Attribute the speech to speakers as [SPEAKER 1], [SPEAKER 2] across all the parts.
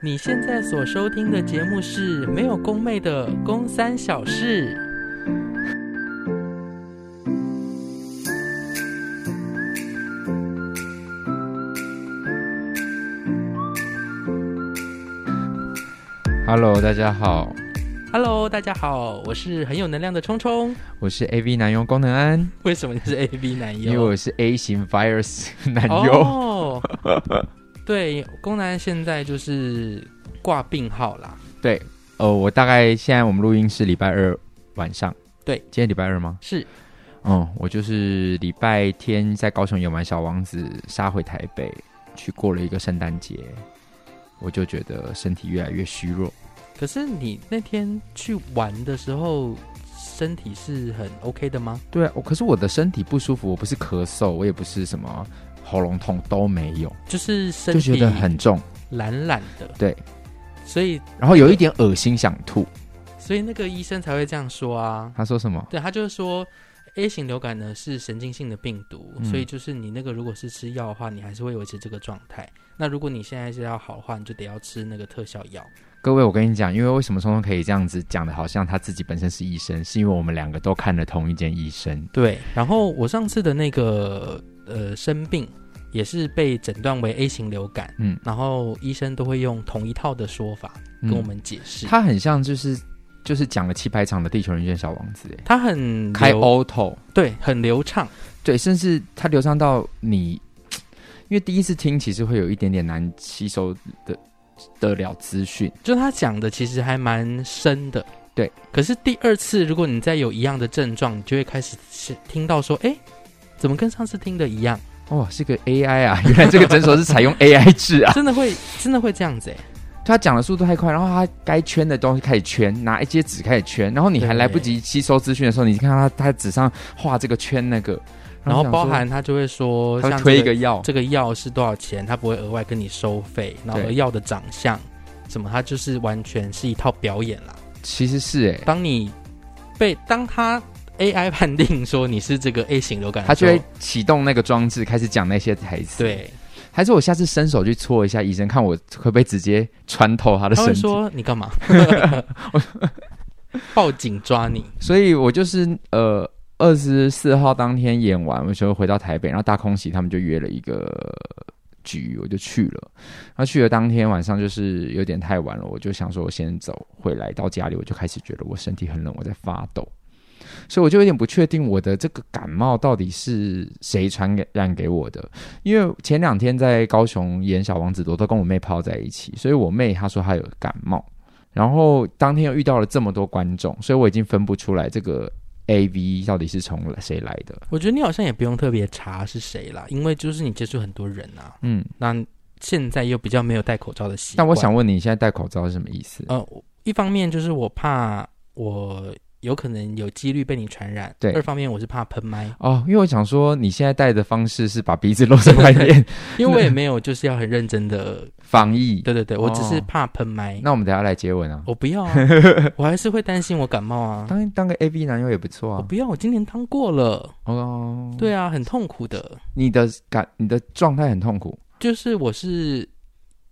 [SPEAKER 1] 你现在所收听的节目是没有公妹的《公三小事》。
[SPEAKER 2] Hello，大家好，
[SPEAKER 1] Hello，大家好，我是很有能量的冲冲。
[SPEAKER 2] 我是 AV 男优功能安，
[SPEAKER 1] 为什么你是 A B 男
[SPEAKER 2] 因为
[SPEAKER 1] 优？
[SPEAKER 2] 我是 A 型 virus 男优，
[SPEAKER 1] 哦，对，宫南现在就是挂病号啦。
[SPEAKER 2] 对，哦，我大概现在我们录音是礼拜二晚上，
[SPEAKER 1] 对
[SPEAKER 2] 今天礼拜二吗？
[SPEAKER 1] 是
[SPEAKER 2] 嗯，我就是礼拜天在高雄演完《小王子》，杀回台北去过了一个圣诞节，我就觉得身体越来越虚弱，
[SPEAKER 1] 可是你那天去玩的时候，身体是很 OK 的吗？
[SPEAKER 2] 对啊，我可是我的身体不舒服，我不是咳嗽，我也不是什么喉咙痛都没有，
[SPEAKER 1] 就是身
[SPEAKER 2] 就觉
[SPEAKER 1] 体
[SPEAKER 2] 得很重，
[SPEAKER 1] 懒懒的，
[SPEAKER 2] 对，
[SPEAKER 1] 所以
[SPEAKER 2] 然后有一点恶心想吐。
[SPEAKER 1] 所以那个医生才会这样说啊。
[SPEAKER 2] 他说什么？
[SPEAKER 1] 对他就是说，A 型流感呢是神经性的病毒，
[SPEAKER 2] 嗯
[SPEAKER 1] 所以就是你那个如果是吃药的话，你还是会维持这个状态。那如果你现在是要好的话，你就得要吃那个特效药。
[SPEAKER 2] 各位，我跟你讲，因为为什么聪聪可以这样子讲的，好像他自己本身是医生，是因为我们两个都看了同一间医生。
[SPEAKER 1] 对，然后我上次的那个呃生病也是被诊断为 A 型流感，
[SPEAKER 2] 嗯，
[SPEAKER 1] 然后医生都会用同一套的说法
[SPEAKER 2] 嗯
[SPEAKER 1] 跟我们解释。
[SPEAKER 2] 他很像就是就是讲了七百场的《地球人间小王子》哎，
[SPEAKER 1] 他很
[SPEAKER 2] 开
[SPEAKER 1] 流
[SPEAKER 2] auto，
[SPEAKER 1] 对，很流畅，
[SPEAKER 2] 对，甚至他流畅到你，因为第一次听其实会有一点点难吸收的得了资讯，
[SPEAKER 1] 就他讲的其实还蛮深的。
[SPEAKER 2] 对，
[SPEAKER 1] 可是第二次如果你再有一样的症状，你就会开始是听到说，哎，怎么跟上次听的一样？
[SPEAKER 2] 哇，是个 AI 啊！原来这个诊所是采用 AI 制啊！
[SPEAKER 1] 真的会，真的会这样子 哎、
[SPEAKER 2] 他讲的速度太快，然后他该圈的东西开始圈，拿一些纸开始圈，然后你还
[SPEAKER 1] 对
[SPEAKER 2] 来不及吸收资讯的时候，你看他他在纸上画这个圈那个，
[SPEAKER 1] 然后
[SPEAKER 2] 想说
[SPEAKER 1] 包含他就会说，
[SPEAKER 2] 他
[SPEAKER 1] 像
[SPEAKER 2] 会
[SPEAKER 1] 这
[SPEAKER 2] 推一个药，
[SPEAKER 1] 这个药是多少钱，他不会额外跟你收费，然后
[SPEAKER 2] 对
[SPEAKER 1] 药的长相什么，他就是完全是一套表演啦。
[SPEAKER 2] 其实是哎、
[SPEAKER 1] 当你被当他 AI 判定说你是这个 A 型流感的
[SPEAKER 2] 他
[SPEAKER 1] 时
[SPEAKER 2] 就
[SPEAKER 1] 候，
[SPEAKER 2] 会启动那个装置开始讲那些台词。，
[SPEAKER 1] 对，
[SPEAKER 2] 还是我下次伸手去戳一下医生，看我会不会直接穿透他的
[SPEAKER 1] 他会
[SPEAKER 2] 身体。
[SPEAKER 1] 说你干嘛？ 报警抓你，
[SPEAKER 2] 所以我就是呃。二十四号当天演完，我就回到台北，然后大空袭他们就约了一个局，我就去了。然后去了当天晚上就是有点太晚了，我就想说我先走回来，到家里我就开始觉得我身体很冷，我在发抖，所以我就有点不确定我的这个感冒到底是谁传给染给我的。因为前两天在高雄演小王子，我都跟我妹泡在一起，所以我妹她说她有感冒。然后当天又遇到了这么多观众，所以我已经分不出来这个 A V 到底是从谁来的。
[SPEAKER 1] 我觉得你好像也不用特别查是谁啦，因为就是你接触很多人啊，
[SPEAKER 2] 嗯，
[SPEAKER 1] 那现在又比较没有戴口罩的习
[SPEAKER 2] 但
[SPEAKER 1] 惯。
[SPEAKER 2] 我想问你，现在戴口罩是什么意思？
[SPEAKER 1] 呃，我一方面就是我怕我有可能有几率被你传染，
[SPEAKER 2] 对
[SPEAKER 1] 二方面我是怕喷麦，
[SPEAKER 2] 哦，因为我想说，你现在戴的方式是把鼻子露在外 面
[SPEAKER 1] 因为我也没有就是要很认真 的，
[SPEAKER 2] 防疫。
[SPEAKER 1] 对对对，我只是
[SPEAKER 2] 哦
[SPEAKER 1] 怕喷麦。
[SPEAKER 2] 那我们等一下来接吻啊，
[SPEAKER 1] 我不 要啊，我还是会担心我感冒啊。
[SPEAKER 2] 当当个 A V 男友也不错
[SPEAKER 1] 我
[SPEAKER 2] 啊。
[SPEAKER 1] 不要，我今年当过了。
[SPEAKER 2] 哦，
[SPEAKER 1] 对啊，很痛苦的，
[SPEAKER 2] 你的感，你的状态很痛苦。
[SPEAKER 1] 就是我是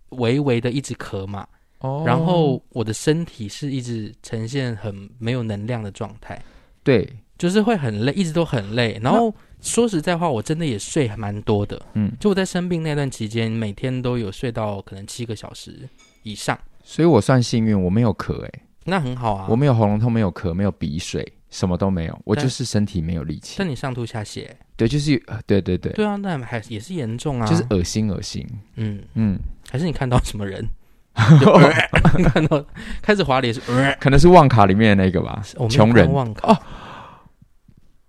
[SPEAKER 1] 微微的一直咳嘛，
[SPEAKER 2] 哦
[SPEAKER 1] 然后我的身体是一直呈现很没有能量的状态，
[SPEAKER 2] 对，
[SPEAKER 1] 就是会很累，一直都很累。然后说实在话，我真的也睡还蛮多的。
[SPEAKER 2] 嗯，
[SPEAKER 1] 就我在生病那段期间，每天都有睡到可能七个小时以上，
[SPEAKER 2] 所以我算幸运，我没有咳、欸，
[SPEAKER 1] 那很好啊。
[SPEAKER 2] 我没有喉咙痛，没有咳，没有鼻水，什么都没有，我
[SPEAKER 1] 但
[SPEAKER 2] 就是身体没有力气
[SPEAKER 1] 但。你上吐下泻，
[SPEAKER 2] 对，就是呃对对对，
[SPEAKER 1] 对啊，那还也是严重啊。
[SPEAKER 2] 就是恶心恶心。
[SPEAKER 1] 嗯，
[SPEAKER 2] 嗯，
[SPEAKER 1] 还是你看到什么 人，就呃 看到开始滑脸是，呃
[SPEAKER 2] 可能是旺卡里面的那个吧
[SPEAKER 1] 我，没有
[SPEAKER 2] 穷人
[SPEAKER 1] 看。忘靠
[SPEAKER 2] 哦，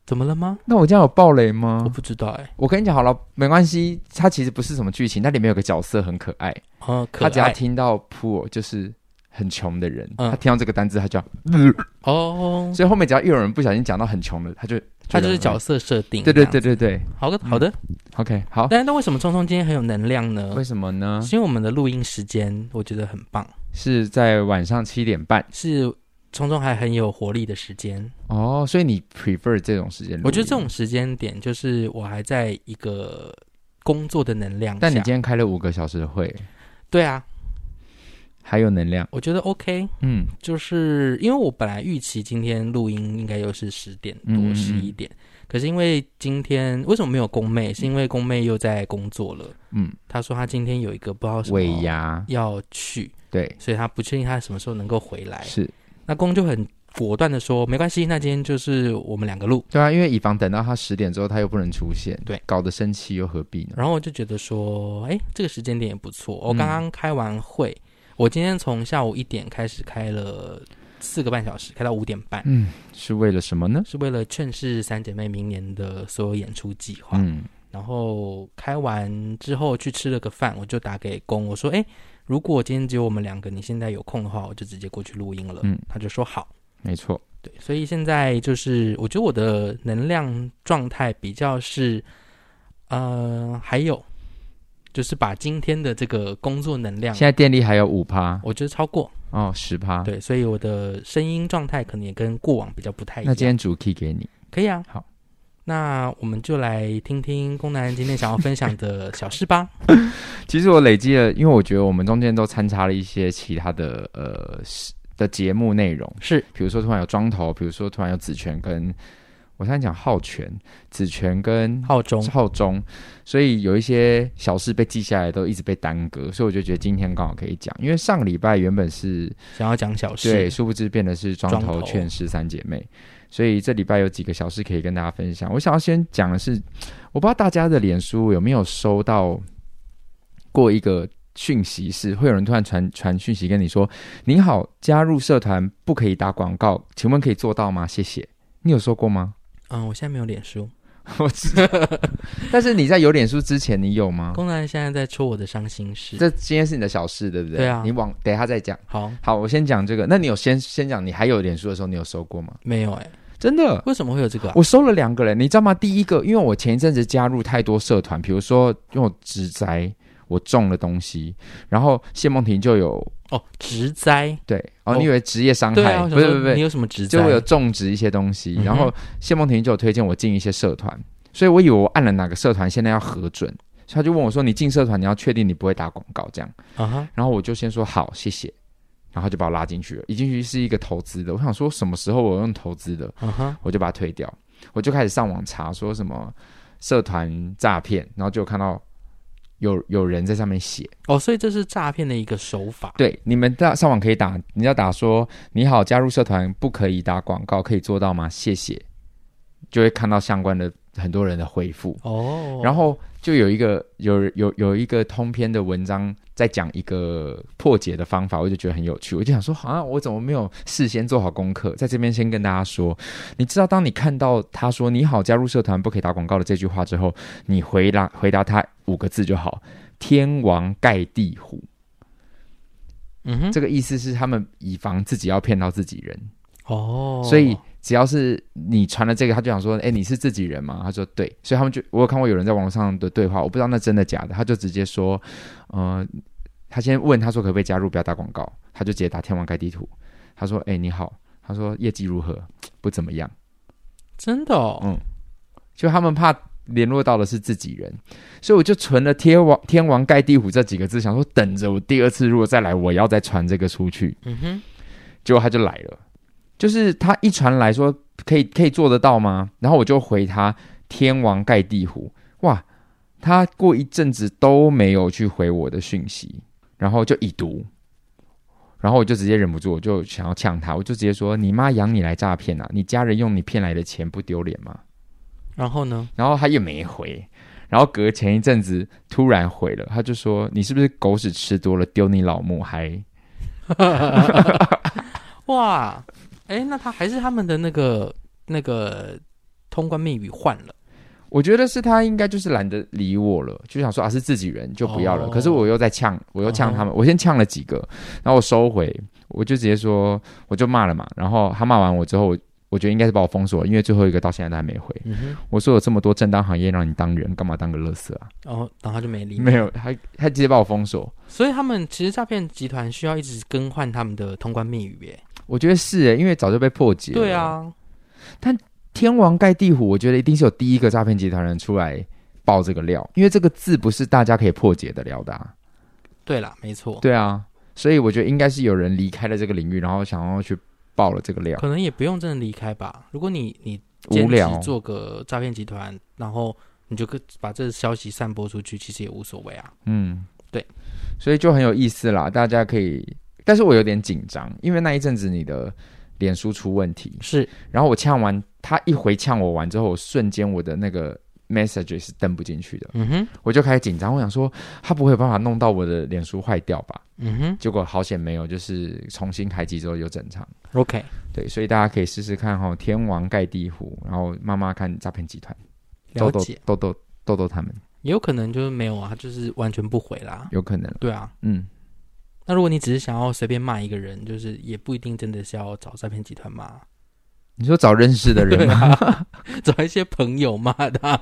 [SPEAKER 1] 怎么了吗？
[SPEAKER 2] 那我这样有暴雷
[SPEAKER 1] 我
[SPEAKER 2] 吗？
[SPEAKER 1] 不知道哎。
[SPEAKER 2] 我跟你讲好了，没关系，它其实不是什么剧情，那里面有个角色很可爱，
[SPEAKER 1] 哦，可
[SPEAKER 2] 他只要
[SPEAKER 1] 爱
[SPEAKER 2] 听到 poor 就是很穷的人，
[SPEAKER 1] 嗯
[SPEAKER 2] 他听到这个单字他就要，
[SPEAKER 1] 哦，
[SPEAKER 2] 所以后面只要一有人不小心讲到很穷的，他就
[SPEAKER 1] 他就是角
[SPEAKER 2] 色。
[SPEAKER 1] 色设定。
[SPEAKER 2] 对对
[SPEAKER 1] 这
[SPEAKER 2] 对
[SPEAKER 1] 样子，
[SPEAKER 2] 对对嗯
[SPEAKER 1] 好的好的。
[SPEAKER 2] ，OK，好，
[SPEAKER 1] 但是那为什么聪聪今天很有能量呢？
[SPEAKER 2] 为什么呢？
[SPEAKER 1] 是因为我们的录音时间我觉得很棒，
[SPEAKER 2] 是在晚上七点半
[SPEAKER 1] 是聪聪还很有活力的时间。
[SPEAKER 2] 哦，所以你 prefer 这种时间录音？
[SPEAKER 1] 我觉得这种时间点就是我还在一个工作的能量下。
[SPEAKER 2] 但你今天开了五个小时的会，
[SPEAKER 1] 对啊，
[SPEAKER 2] 还有能量，
[SPEAKER 1] 我觉得 OK，
[SPEAKER 2] 嗯
[SPEAKER 1] 就是因为我本来预期今天录音应该又是十点
[SPEAKER 2] 嗯嗯
[SPEAKER 1] 多
[SPEAKER 2] 嗯
[SPEAKER 1] 十一点，可是因为今天为什么没有宫妹？是因为宫妹又在工作了。
[SPEAKER 2] 嗯，
[SPEAKER 1] 她说她今天有一个不知道什
[SPEAKER 2] 尾
[SPEAKER 1] 么
[SPEAKER 2] 牙，
[SPEAKER 1] 要去，
[SPEAKER 2] 对，
[SPEAKER 1] 所以她不确定她什么时候能够回来。
[SPEAKER 2] 是
[SPEAKER 1] 那宫就很果断的说没关系，那今天就是我们两个录。
[SPEAKER 2] 对啊，因为以防等到他十点之后他又不能出现，
[SPEAKER 1] 对，
[SPEAKER 2] 搞得生气又何必呢？
[SPEAKER 1] 然后我就觉得说，哎，这个时间点也不错。我
[SPEAKER 2] 嗯
[SPEAKER 1] 刚刚开完会，我今天从下午一点开始开了四个半小时，开到五点半。
[SPEAKER 2] 嗯，是为了什么呢？
[SPEAKER 1] 是为了劝世三姐妹明年的所有演出计划。
[SPEAKER 2] 嗯
[SPEAKER 1] 然后开完之后去吃了个饭，我就打给公，我说：“哎，如果今天只有我们两个，你现在有空的话，我就直接过去录音了。”
[SPEAKER 2] 嗯
[SPEAKER 1] 他就说好。
[SPEAKER 2] 没错，
[SPEAKER 1] 对，所以现在就是我觉得我的能量状态比较是，呃，还有就是把今天的这个工作能量
[SPEAKER 2] 现，在电力还有五趴
[SPEAKER 1] 我觉得超过。
[SPEAKER 2] 哦，十趴。
[SPEAKER 1] 对，所以我的声音状态可能也跟过往比较不太一样。
[SPEAKER 2] 那今天主 key 给你，
[SPEAKER 1] 可以啊。
[SPEAKER 2] 好，
[SPEAKER 1] 那我们就来听听宫南今天想要分享的小事 吧。
[SPEAKER 2] 其实我累积了，因为我觉得我们中间都掺杂了一些其他的呃是的节目内容，
[SPEAKER 1] 是
[SPEAKER 2] 比如说突然有庄头，比如说突然有子权跟，我现在讲浩权、子权跟
[SPEAKER 1] 浩中，
[SPEAKER 2] 浩中，所以有一些小事被记下来，都一直被耽搁，所以我就觉得今天刚好可以讲，因为上个礼拜原本是
[SPEAKER 1] 想要讲小
[SPEAKER 2] 对，
[SPEAKER 1] 事，
[SPEAKER 2] 殊不知变的是庄
[SPEAKER 1] 庄
[SPEAKER 2] 头
[SPEAKER 1] 头
[SPEAKER 2] 劝世三姐妹，所以这礼拜有几个小事可以跟大家分享。我想要先讲的是，我不知道大家的脸书有没有收到过一个讯息是，会有人突然传传讯息跟你说：“您好，加入社团不可以打广告，请问可以做到吗？谢谢。”你有收过吗？
[SPEAKER 1] 嗯，我现在没有脸书。
[SPEAKER 2] 我知道，但是你在有脸书之前，你有吗？
[SPEAKER 1] 宫南现在在戳我的伤心事。
[SPEAKER 2] 这今天是你的小事，对不对？
[SPEAKER 1] 对啊
[SPEAKER 2] 你往等一下再讲。
[SPEAKER 1] 好，
[SPEAKER 2] 好，我先讲这个。那你有先先讲，你还有脸书的时候，你有收过吗？
[SPEAKER 1] 没有哎、
[SPEAKER 2] 真的，
[SPEAKER 1] 为什么会有这个啊、
[SPEAKER 2] 我收了两个人，你知道吗？第一个，因为我前一阵子加入太多社团，比如说因为我植栽，我种了东西，然后谢梦婷就有
[SPEAKER 1] 哦，植栽。
[SPEAKER 2] 对哦，
[SPEAKER 1] 哦
[SPEAKER 2] 你以为职业伤
[SPEAKER 1] 对
[SPEAKER 2] 害？
[SPEAKER 1] 啊，我
[SPEAKER 2] 不
[SPEAKER 1] 想
[SPEAKER 2] 是
[SPEAKER 1] 说
[SPEAKER 2] 不是不
[SPEAKER 1] 你
[SPEAKER 2] 是，
[SPEAKER 1] 有什么植
[SPEAKER 2] 就
[SPEAKER 1] 栽？
[SPEAKER 2] 我有种植一些东西，
[SPEAKER 1] 嗯哼
[SPEAKER 2] 然后谢梦婷就有推荐我进一些社团，所以我以为我按了哪个社团，现在要核准，所以他就问我说：“你进社团，你要确定你不会打广告这样。”
[SPEAKER 1] 啊哈，
[SPEAKER 2] 然后我就先说好，谢谢，然后就把我拉进去了。一进去是一个投资的，我想说什么时候我用投资的，
[SPEAKER 1] 啊哈，
[SPEAKER 2] 我就把它退掉。我就开始上网查说什么社团诈骗，然后就看到有有人在上面写，
[SPEAKER 1] 哦，所以这是诈骗的一个手法。
[SPEAKER 2] 对，你们到上网可以打，你要打说你好，加入社团不可以打广告，可以做到吗？谢谢，就会看到相关的很多人的回复。
[SPEAKER 1] 哦，
[SPEAKER 2] 然后就有一个有有有一个通篇的文章在讲一个破解的方法，我就觉得很有趣。我就想说，好、像我怎么没有事先做好功课？在这边先跟大家说，你知道，当你看到他说“你好，加入社团不可以打广告”的这句话之后，你回答回答他五个字就好：“天王盖地虎。
[SPEAKER 1] 嗯哼，
[SPEAKER 2] 这个意思是他们以防自己要骗到自己人，
[SPEAKER 1] 哦，
[SPEAKER 2] 所以只要是你传了这个，他就想说：“哎、你是自己人吗？”他说：“对。”所以他们就我有看过有人在网络上的对话，我不知道那真的假的，他就直接说：“呃，他先问他说可不可以加入，不要打广告。”他就直接打天王盖地图。他说：“哎、你好。”他说：“业绩如何？不怎么样。
[SPEAKER 1] 真的哦，
[SPEAKER 2] 嗯就他们怕联络到的是自己人，所以我就存了天王天王盖地虎这几个字，想说等着我第二次如果再来，我也要再传这个出去。
[SPEAKER 1] 嗯哼，
[SPEAKER 2] 结果他就来了，就是他一传来说可以可以做得到吗？然后我就回他天王盖地虎，哇，他过一阵子都没有去回我的讯息，然后就已读，然后我就直接忍不住，我就想要呛他，我就直接说你妈养你来诈骗啊，你家人用你骗来的钱不丢脸吗？
[SPEAKER 1] 然后呢？
[SPEAKER 2] 然后他也没回。然后隔前一阵子突然回了，他就说：“你是不是狗屎吃多了，丢你老母还
[SPEAKER 1] 哇，哎，那他还是他们的那个那个通关密语换了，
[SPEAKER 2] 我觉得是他应该就是懒得理我了，就想说啊是自己人就不要了。
[SPEAKER 1] 哦
[SPEAKER 2] 可是我又在呛，我又呛他们，我先呛了几个，然后我收回，我就直接说我就骂了嘛。然后他骂完我之后，我我觉得应该是把我封锁了，因为最后一个到现在都还没回。
[SPEAKER 1] 嗯哼，
[SPEAKER 2] 我说有这么多正当行业让你当人，干嘛当个乐色啊？
[SPEAKER 1] 然后哦然后他就没理你。
[SPEAKER 2] 没有，他他直接把我封锁。
[SPEAKER 1] 所以他们其实诈骗集团需要一直更换他们的通关密语耶。
[SPEAKER 2] 我觉得是耶，因为早就被破解。
[SPEAKER 1] 对，啊，
[SPEAKER 2] 天王盖地虎，我觉得一定是有第一个诈骗集团人出来爆这个料，因为这个字不是大家可以破解得了的、啊。
[SPEAKER 1] 对啦，没错。
[SPEAKER 2] 对啊，所以我觉得应该是有人离开了这个领域，然后想要去爆了这个料
[SPEAKER 1] 可，能也不用真的离开吧。如果你你兼
[SPEAKER 2] 啊无
[SPEAKER 1] 职
[SPEAKER 2] 聊。
[SPEAKER 1] 做个诈骗集团，然后你就可把这个消息散播出去，其实也无所谓啊。
[SPEAKER 2] 嗯，
[SPEAKER 1] 对，
[SPEAKER 2] 所以就很有意思啦，大家可以，但是我有点紧张，因为那一阵子你的脸书出问题，
[SPEAKER 1] 是
[SPEAKER 2] 然后我呛完他一回呛我完之后，我瞬间我的那个 message 是登不进去的，
[SPEAKER 1] 嗯哼，
[SPEAKER 2] 我就开始紧张，我想说他不会有办法弄到我的脸书坏掉吧？
[SPEAKER 1] 嗯哼
[SPEAKER 2] 结果好险没有，就是重新开机之后又正常。
[SPEAKER 1] ，OK，
[SPEAKER 2] 对，所以大家可以试试看哈、天王盖地虎，然后慢慢看诈骗集团，
[SPEAKER 1] 了
[SPEAKER 2] 豆豆
[SPEAKER 1] 解。
[SPEAKER 2] 豆豆豆豆他们
[SPEAKER 1] 也有可能就是没有啊，他就是完全不回啦。
[SPEAKER 2] 有可能，
[SPEAKER 1] 对啊，
[SPEAKER 2] 嗯，
[SPEAKER 1] 那如果你只是想要随便骂一个人，就是也不一定真的是要找诈骗集团骂，啊
[SPEAKER 2] 你说找认识的人 吗？
[SPEAKER 1] 找一些朋友骂他，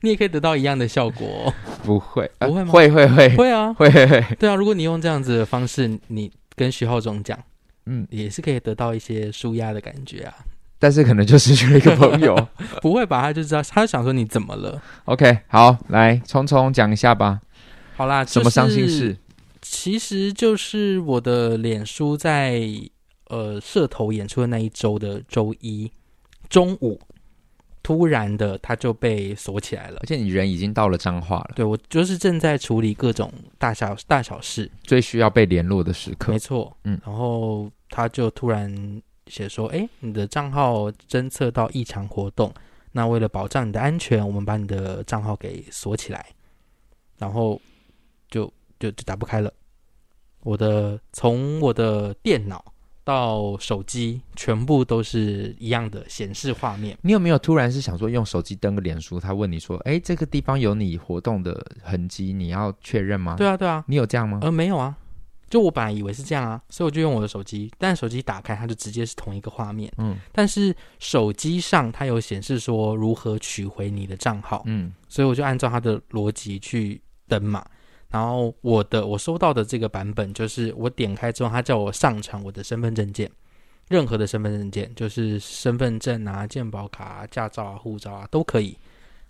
[SPEAKER 1] 你也可以得到一样的效果哦、
[SPEAKER 2] 不会，呃
[SPEAKER 1] 不会吗
[SPEAKER 2] 会会 会
[SPEAKER 1] 会啊，
[SPEAKER 2] 会会会，
[SPEAKER 1] 对啊，如果你用这样子的方式，你跟徐浩总讲，
[SPEAKER 2] 嗯，
[SPEAKER 1] 也是可以得到一些舒压的感觉啊。
[SPEAKER 2] 但是可能就失去了一个朋友。
[SPEAKER 1] 不会吧？他就知道，他就想说你怎么了？
[SPEAKER 2] OK，好，来聪聪讲一下吧，
[SPEAKER 1] 好啦，
[SPEAKER 2] 什么伤心
[SPEAKER 1] 就是
[SPEAKER 2] 事？
[SPEAKER 1] 其实就是我的脸书在呃社头演出的那一周的周一中午，突然的它就被锁起来了
[SPEAKER 2] 而。且你人已经到了彰化了，
[SPEAKER 1] 对我就是正在处理各种大小大小事，
[SPEAKER 2] 最需要被联络的时刻
[SPEAKER 1] 没。错，
[SPEAKER 2] 嗯
[SPEAKER 1] 然后他就突然写说：“哎，你的账号侦测到异常活动，那为了保障你的安全，我们把你的账号给锁起来。”然后就就就打不开了。我的从我的电脑到手机，全部都是一样的显示画面。
[SPEAKER 2] 你有没有突然是想说用手机登个脸书？他问你说：“哎，这个地方有你活动的痕迹，你要确认吗？”
[SPEAKER 1] 对啊，对啊，
[SPEAKER 2] 你有这样吗？
[SPEAKER 1] 呃，没有啊，就我本来以为是这样啊，所以我就用我的手机，但手机打开它就直接是同一个画面。
[SPEAKER 2] 嗯
[SPEAKER 1] 但是手机上它有显示说如何取回你的账号，
[SPEAKER 2] 嗯，
[SPEAKER 1] 所以我就按照它的逻辑去登嘛。然后我的我收到的这个版本就是我点开之后，它叫我上传我的身份证件，任何的身份证件，就是身份证啊、健保卡、啊、驾照啊、护照啊都可以。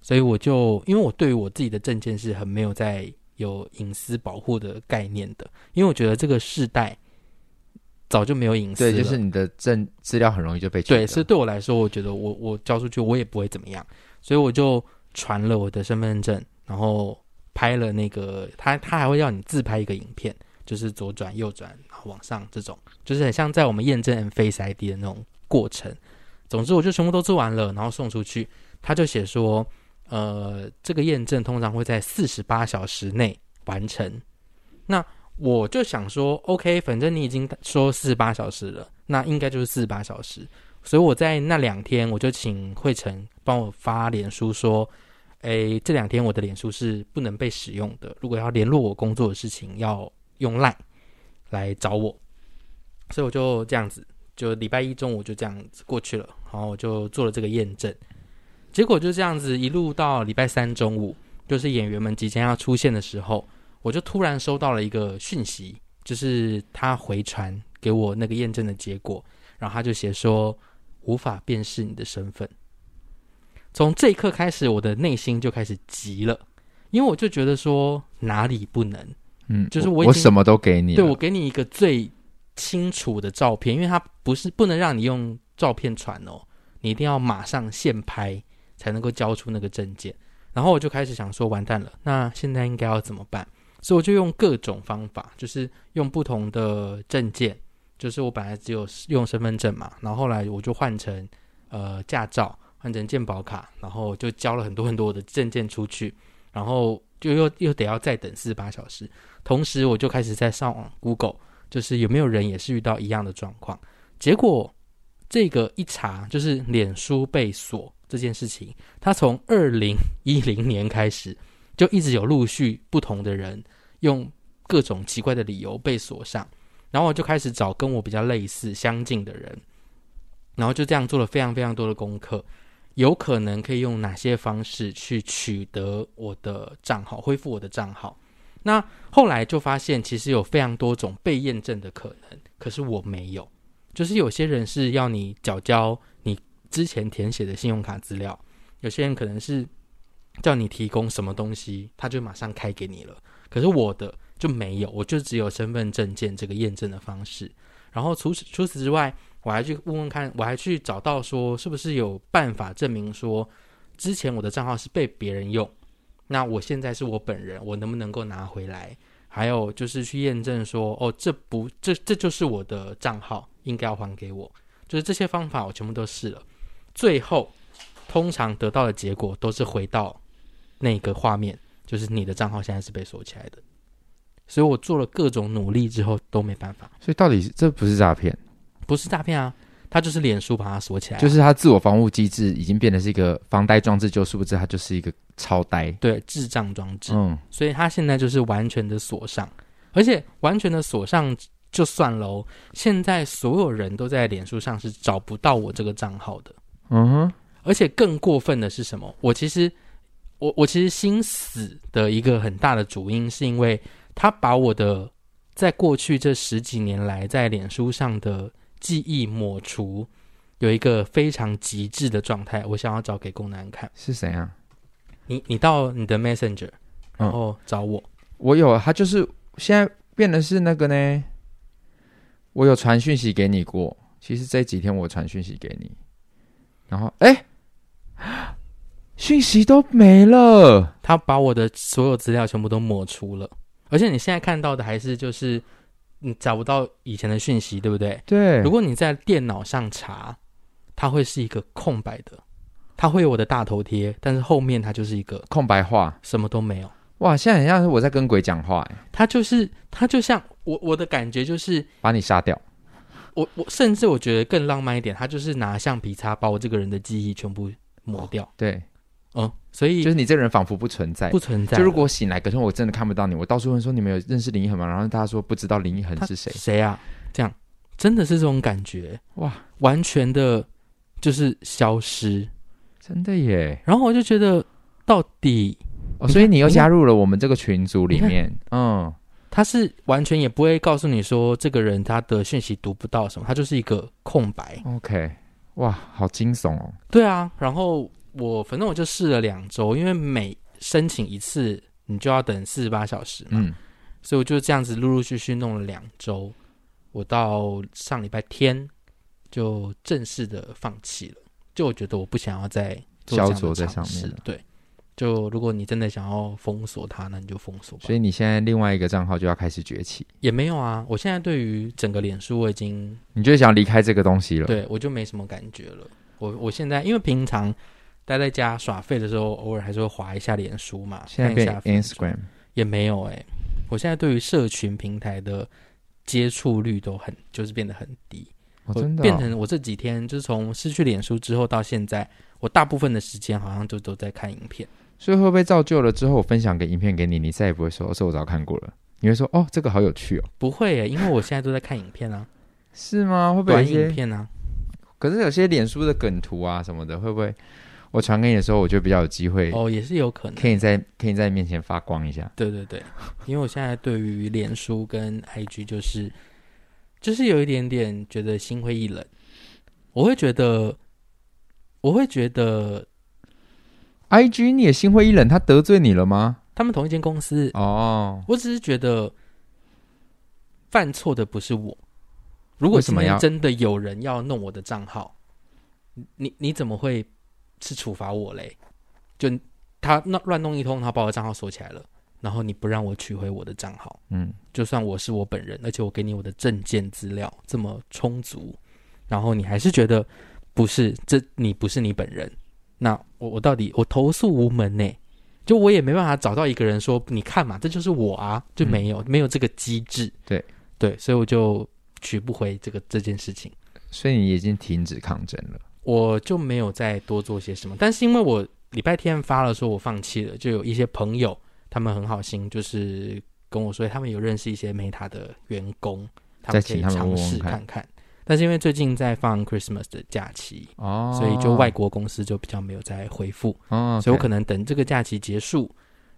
[SPEAKER 1] 所以我就因为我对于我自己的证件是很没有在有隐私保护的概念的，因为我觉得这个世代早就没有隐私了。
[SPEAKER 2] 对，就是你的证资料很容易就被取
[SPEAKER 1] 对，
[SPEAKER 2] 得
[SPEAKER 1] 是对我来说，我觉得我我交出去我也不会怎么样，所以我就传了我的身份证，然后拍了那个他他还会要你自拍一个影片，就是左转右转然后往上这种，就是很像在我们验证 Face ID 的那种过程。总之我就全部都做完了，然后送出去，他就写说，呃，这个验证通常会在四十八小时内完成。那我就想说，OK，反正你已经说四十八小时了，那应该就是四十八小时。所以我在那两天，我就请惠成帮我发脸书说，诶，这两天我的脸书是不能被使用的，如果要联络我工作的事情，要用 Line 来找我。所以我就这样子，就礼拜一中午就这样子过去了，然后我就做了这个验证，结果就这样子一路到礼拜三中午，就是演员们即将要出现的时候，我就突然收到了一个讯息，就是他回传给我那个验证的结果，然后他就写说无法辨识你的身份。从这一刻开始，我的内心就开始急了，因为我就觉得说哪里不能，
[SPEAKER 2] 嗯，
[SPEAKER 1] 就是我
[SPEAKER 2] 我
[SPEAKER 1] 已
[SPEAKER 2] 我
[SPEAKER 1] 经
[SPEAKER 2] 什么都给你了，
[SPEAKER 1] 对我给你一个最清楚的照片，因为它不是不能让你用照片传哦，你一定要马上现拍才能够交出那个证件。然后我就开始想说，完蛋了，那现在应该要怎么办？所以我就用各种方法，就是用不同的证件，就是我本来只有用身份证嘛，然后后来我就换成呃驾照，换成健保卡，然后就交了很多很多我的证件出去，然后就又又得要再等四十八小时。同时，我就开始在上网 Google，就是有没有人也是遇到一样的状况。结果这个一查，就是脸书被锁这件事情，它从二零一零年开始就一直有陆续不同的人用各种奇怪的理由被锁上，然后我就开始找跟我比较类似相近的人，然后就这样做了非常非常多的功课。有可能可以用哪些方式去取得我的账号，恢复我的账号？那后来就发现，其实有非常多种被验证的可能，可是我没有。就是有些人是要你缴交你之前填写的信用卡资料，有些人可能是叫你提供什么东西，他就马上开给你了。可是我的就没有，我就只有身份证件这个验证的方式。然后除此除此之外，我还去问问看，我还去找到说是不是有办法证明说之前我的账号是被别人用，那我现在是我本人，我能不能够拿回来？还有就是去验证说，哦，这不这这就是我的账号，应该要还给我。就是这些方法我全部都试了，最后通常得到的结果都是回到那个画面，就是你的账号现在是被锁起来的。所以我做了各种努力之后都没办法，
[SPEAKER 2] 所以到底是这不是诈骗，
[SPEAKER 1] 不是诈骗啊，他就是脸书把它锁起来啊、
[SPEAKER 2] 就是他自我防护机制已经变得是一个防呆装置，就殊不知他就是一个超呆。
[SPEAKER 1] 对智障装置。
[SPEAKER 2] 嗯，
[SPEAKER 1] 所以它现在就是完全的锁上，而且完全的锁上就算喽、现在所有人都在脸书上是找不到我这个账号的。
[SPEAKER 2] 嗯哼，
[SPEAKER 1] 而且更过分的是什么？我其实，我我其实心死的一个很大的主因，是因为他把我的在过去这十几年来在脸书上的记忆抹除，有一个非常极致的状态。我想要找给宫南看，
[SPEAKER 2] 是谁啊？
[SPEAKER 1] 你你到你的 Messenger，然后找我。
[SPEAKER 2] 我有，他就是现在变得是那个呢。我有传讯息给你过，其实这几天我传讯息给你，然后哎， 讯息都没了。
[SPEAKER 1] 他把我的所有资料全部都抹除了，而且你现在看到的还是就是你找不到以前的讯息，对不对？
[SPEAKER 2] 对
[SPEAKER 1] 如，果你在电脑上查，它会是一个空白的，它会有我的大头贴，但是后面它就是一个
[SPEAKER 2] 空白话，
[SPEAKER 1] 什么都没有。
[SPEAKER 2] 哇，现在很像是我在跟鬼讲话、哎，
[SPEAKER 1] 它就是它就像我我的感觉就是
[SPEAKER 2] 把你杀掉。
[SPEAKER 1] 我我甚至我觉得更浪漫一点，它就是拿橡皮擦把我这个人的记忆全部抹掉，
[SPEAKER 2] 对，
[SPEAKER 1] 嗯，所
[SPEAKER 2] 哦就
[SPEAKER 1] 以
[SPEAKER 2] 是你这个人仿佛不存在
[SPEAKER 1] 不。存在了。
[SPEAKER 2] 就如果醒来，可是我真的看不到你，我到处问说你们有认识林依恒吗？然后大家说不知道林依恒
[SPEAKER 1] 他
[SPEAKER 2] 是谁。
[SPEAKER 1] 谁啊？这样真的是这种感觉，
[SPEAKER 2] 哇，
[SPEAKER 1] 完全的就是消失。
[SPEAKER 2] 真的耶！
[SPEAKER 1] 然后我就觉得，到底
[SPEAKER 2] 哦，
[SPEAKER 1] 你看
[SPEAKER 2] 所以你又
[SPEAKER 1] 你看
[SPEAKER 2] 加入了我们这个群组里面，嗯，
[SPEAKER 1] 他是完全也不会告诉你说这个人他的讯息读不到什么，他就是一个空白。
[SPEAKER 2] OK，哇，好惊悚哦！
[SPEAKER 1] 对啊，然后我反正我就试了两周，因为每申请一次你就要等四十八小时嘛，
[SPEAKER 2] 嗯，
[SPEAKER 1] 所以我就这样子陆陆续续弄了两周，我到上礼拜天就正式的放弃了，就我觉得我不想要再做这样的
[SPEAKER 2] 焦灼在
[SPEAKER 1] 尝
[SPEAKER 2] 上面
[SPEAKER 1] 试
[SPEAKER 2] 了
[SPEAKER 1] 对，就如果你真的想要封锁它，那你就封锁吧
[SPEAKER 2] 所。以你现在另外一个账号就要开始崛起，
[SPEAKER 1] 也没有啊，我现在对于整个脸书我已经
[SPEAKER 2] 你就想离开这个东西了。，
[SPEAKER 1] 对我就没什么感觉了。我我现在因为平常待在家耍废的时候，偶尔还是会划一下脸书嘛，
[SPEAKER 2] 现在
[SPEAKER 1] 看一
[SPEAKER 2] 变
[SPEAKER 1] 下
[SPEAKER 2] Instagram，
[SPEAKER 1] 也没有哎、我现在对于社群平台的接触率都很，就是变得很低。
[SPEAKER 2] 我
[SPEAKER 1] 我
[SPEAKER 2] 真的
[SPEAKER 1] 变
[SPEAKER 2] 哦
[SPEAKER 1] 成我这几天就是从失去脸书之后到现在，我大部分的时间好像就都在看影片。
[SPEAKER 2] 所以会不会造就了之后我分享给影片给你，你再也不会说，哦这我早看过了，你会说哦，这个好有趣哦，
[SPEAKER 1] 不会、欸，因为我现在都在看影片啊，
[SPEAKER 2] 是吗？ 会不会有
[SPEAKER 1] 短
[SPEAKER 2] 一
[SPEAKER 1] 影
[SPEAKER 2] 些？
[SPEAKER 1] 片啊。
[SPEAKER 2] 可是有些脸书的梗图啊什么的，会不会我传给你的时候，我就比较有机会，
[SPEAKER 1] 哦，也是有可能。
[SPEAKER 2] 可以在可以在你面前发光一下？
[SPEAKER 1] 对对对，因为我现在对于脸书跟 IG 就是就是有一点点觉得心灰意冷，我会觉得我会觉得
[SPEAKER 2] I G 你也心灰意冷，他得罪你了吗？
[SPEAKER 1] 他们同一间公司，
[SPEAKER 2] 哦，
[SPEAKER 1] 我只是觉得犯错的不是我。如果
[SPEAKER 2] 为什
[SPEAKER 1] 今
[SPEAKER 2] 么
[SPEAKER 1] 天
[SPEAKER 2] 要
[SPEAKER 1] 真的有人要弄我的账号，你你怎么会是处罚我嘞？就他那乱弄一通，他把我的账号锁起来了，然后你不让我取回我的账号。
[SPEAKER 2] 嗯，
[SPEAKER 1] 就算我是我本人，而且我给你我的证件资料这么充足，然后你还是觉得不是这你不是你本人，那我我到底我投诉无门呢？就我也没办法找到一个人说你看嘛，这就是我啊，就没有、没有这个机制。
[SPEAKER 2] 嗯对
[SPEAKER 1] 对，所以我就取不回这个这件事情，
[SPEAKER 2] 所以你已经停止抗争了。
[SPEAKER 1] 我就没有再多做些什么。但是因为我礼拜天发了说我放弃了，就有一些朋友他们很好心，就是跟我说他们有认识一些 Meta 的员工，他们
[SPEAKER 2] 再
[SPEAKER 1] 可以
[SPEAKER 2] 请他们
[SPEAKER 1] 尝
[SPEAKER 2] 问问
[SPEAKER 1] 试
[SPEAKER 2] 看
[SPEAKER 1] 看看。但是因为最近在放 Christmas 的假期，
[SPEAKER 2] 哦，
[SPEAKER 1] 所以就外国公司就比较没有再回复，
[SPEAKER 2] 哦，
[SPEAKER 1] 所以我
[SPEAKER 2] 可
[SPEAKER 1] 可能等这个假期结束，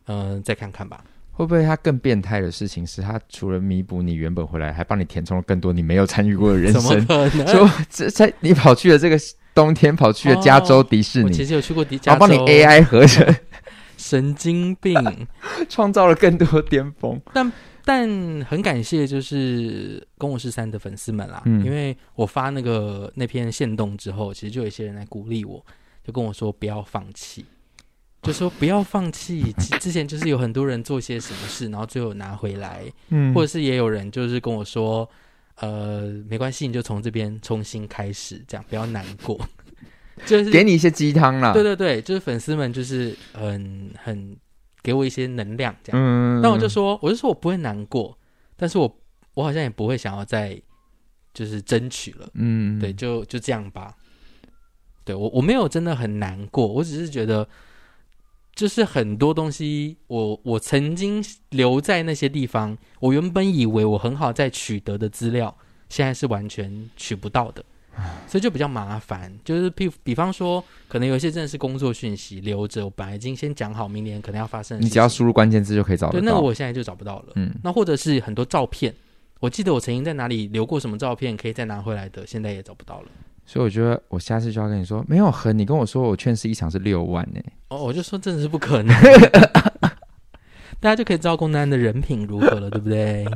[SPEAKER 1] 嗯、再看看吧。
[SPEAKER 2] 会不会他更变态的事情是他除了弥补你原本回来，还帮你填充了更多你没有参与过的人
[SPEAKER 1] 怎么
[SPEAKER 2] 生？
[SPEAKER 1] 可 能？
[SPEAKER 2] 就这才你跑去了这个冬天，跑去了加州迪士
[SPEAKER 1] 我其
[SPEAKER 2] 尼，
[SPEAKER 1] 实有去过迪加
[SPEAKER 2] 然
[SPEAKER 1] 州，
[SPEAKER 2] 啊后帮你 AI 合成，
[SPEAKER 1] 神经病。
[SPEAKER 2] 创造了更多巅峰。
[SPEAKER 1] 但很感谢就是公五十三的粉丝们啦，
[SPEAKER 2] 嗯
[SPEAKER 1] 因为我发那个那篇线动之后，其实就有一些人来鼓励我，就跟我说不要放弃，就说不要放 弃。之之前就是有很多人做些什么事，然后最后拿回来，
[SPEAKER 2] 嗯
[SPEAKER 1] 或者是也有人就是跟我说，呃，没关系，你就从这边重新开始，这样不要难过。 就是
[SPEAKER 2] 给你一些鸡汤啦。
[SPEAKER 1] 对对对，就是粉丝们就是很很给我一些能量这样。
[SPEAKER 2] 嗯，嗯，
[SPEAKER 1] 那我就说，我就说我不会难过，但是我我好像也不会想要再就是争取了，
[SPEAKER 2] 嗯，
[SPEAKER 1] 对，就就这样吧。对我我没有真的很难过，我只是觉得就是很多东西我，我曾经留在那些地方，我原本以为我很好在取得的资料，现在是完全取不到的。所以就比较麻烦，就是比比方说，可能有一些真的是工作讯息留着，我本来已经先讲好明年可能要发生的事情。
[SPEAKER 2] 你只要输入关键字就可以找
[SPEAKER 1] 对，
[SPEAKER 2] 得
[SPEAKER 1] 那个
[SPEAKER 2] 到。
[SPEAKER 1] 我现在就找不到了。
[SPEAKER 2] 嗯
[SPEAKER 1] 那或者是很多照片，我记得我曾经在哪里留过什么照片，可以再拿回来的，现在也找不到了。
[SPEAKER 2] 所以我觉得我下次就要跟你说，没有恒，你跟我说我劝是一场是六万呢、
[SPEAKER 1] 哦，我就说真的是不可能， 大家就可以知道龚南的人品如何了，对不对？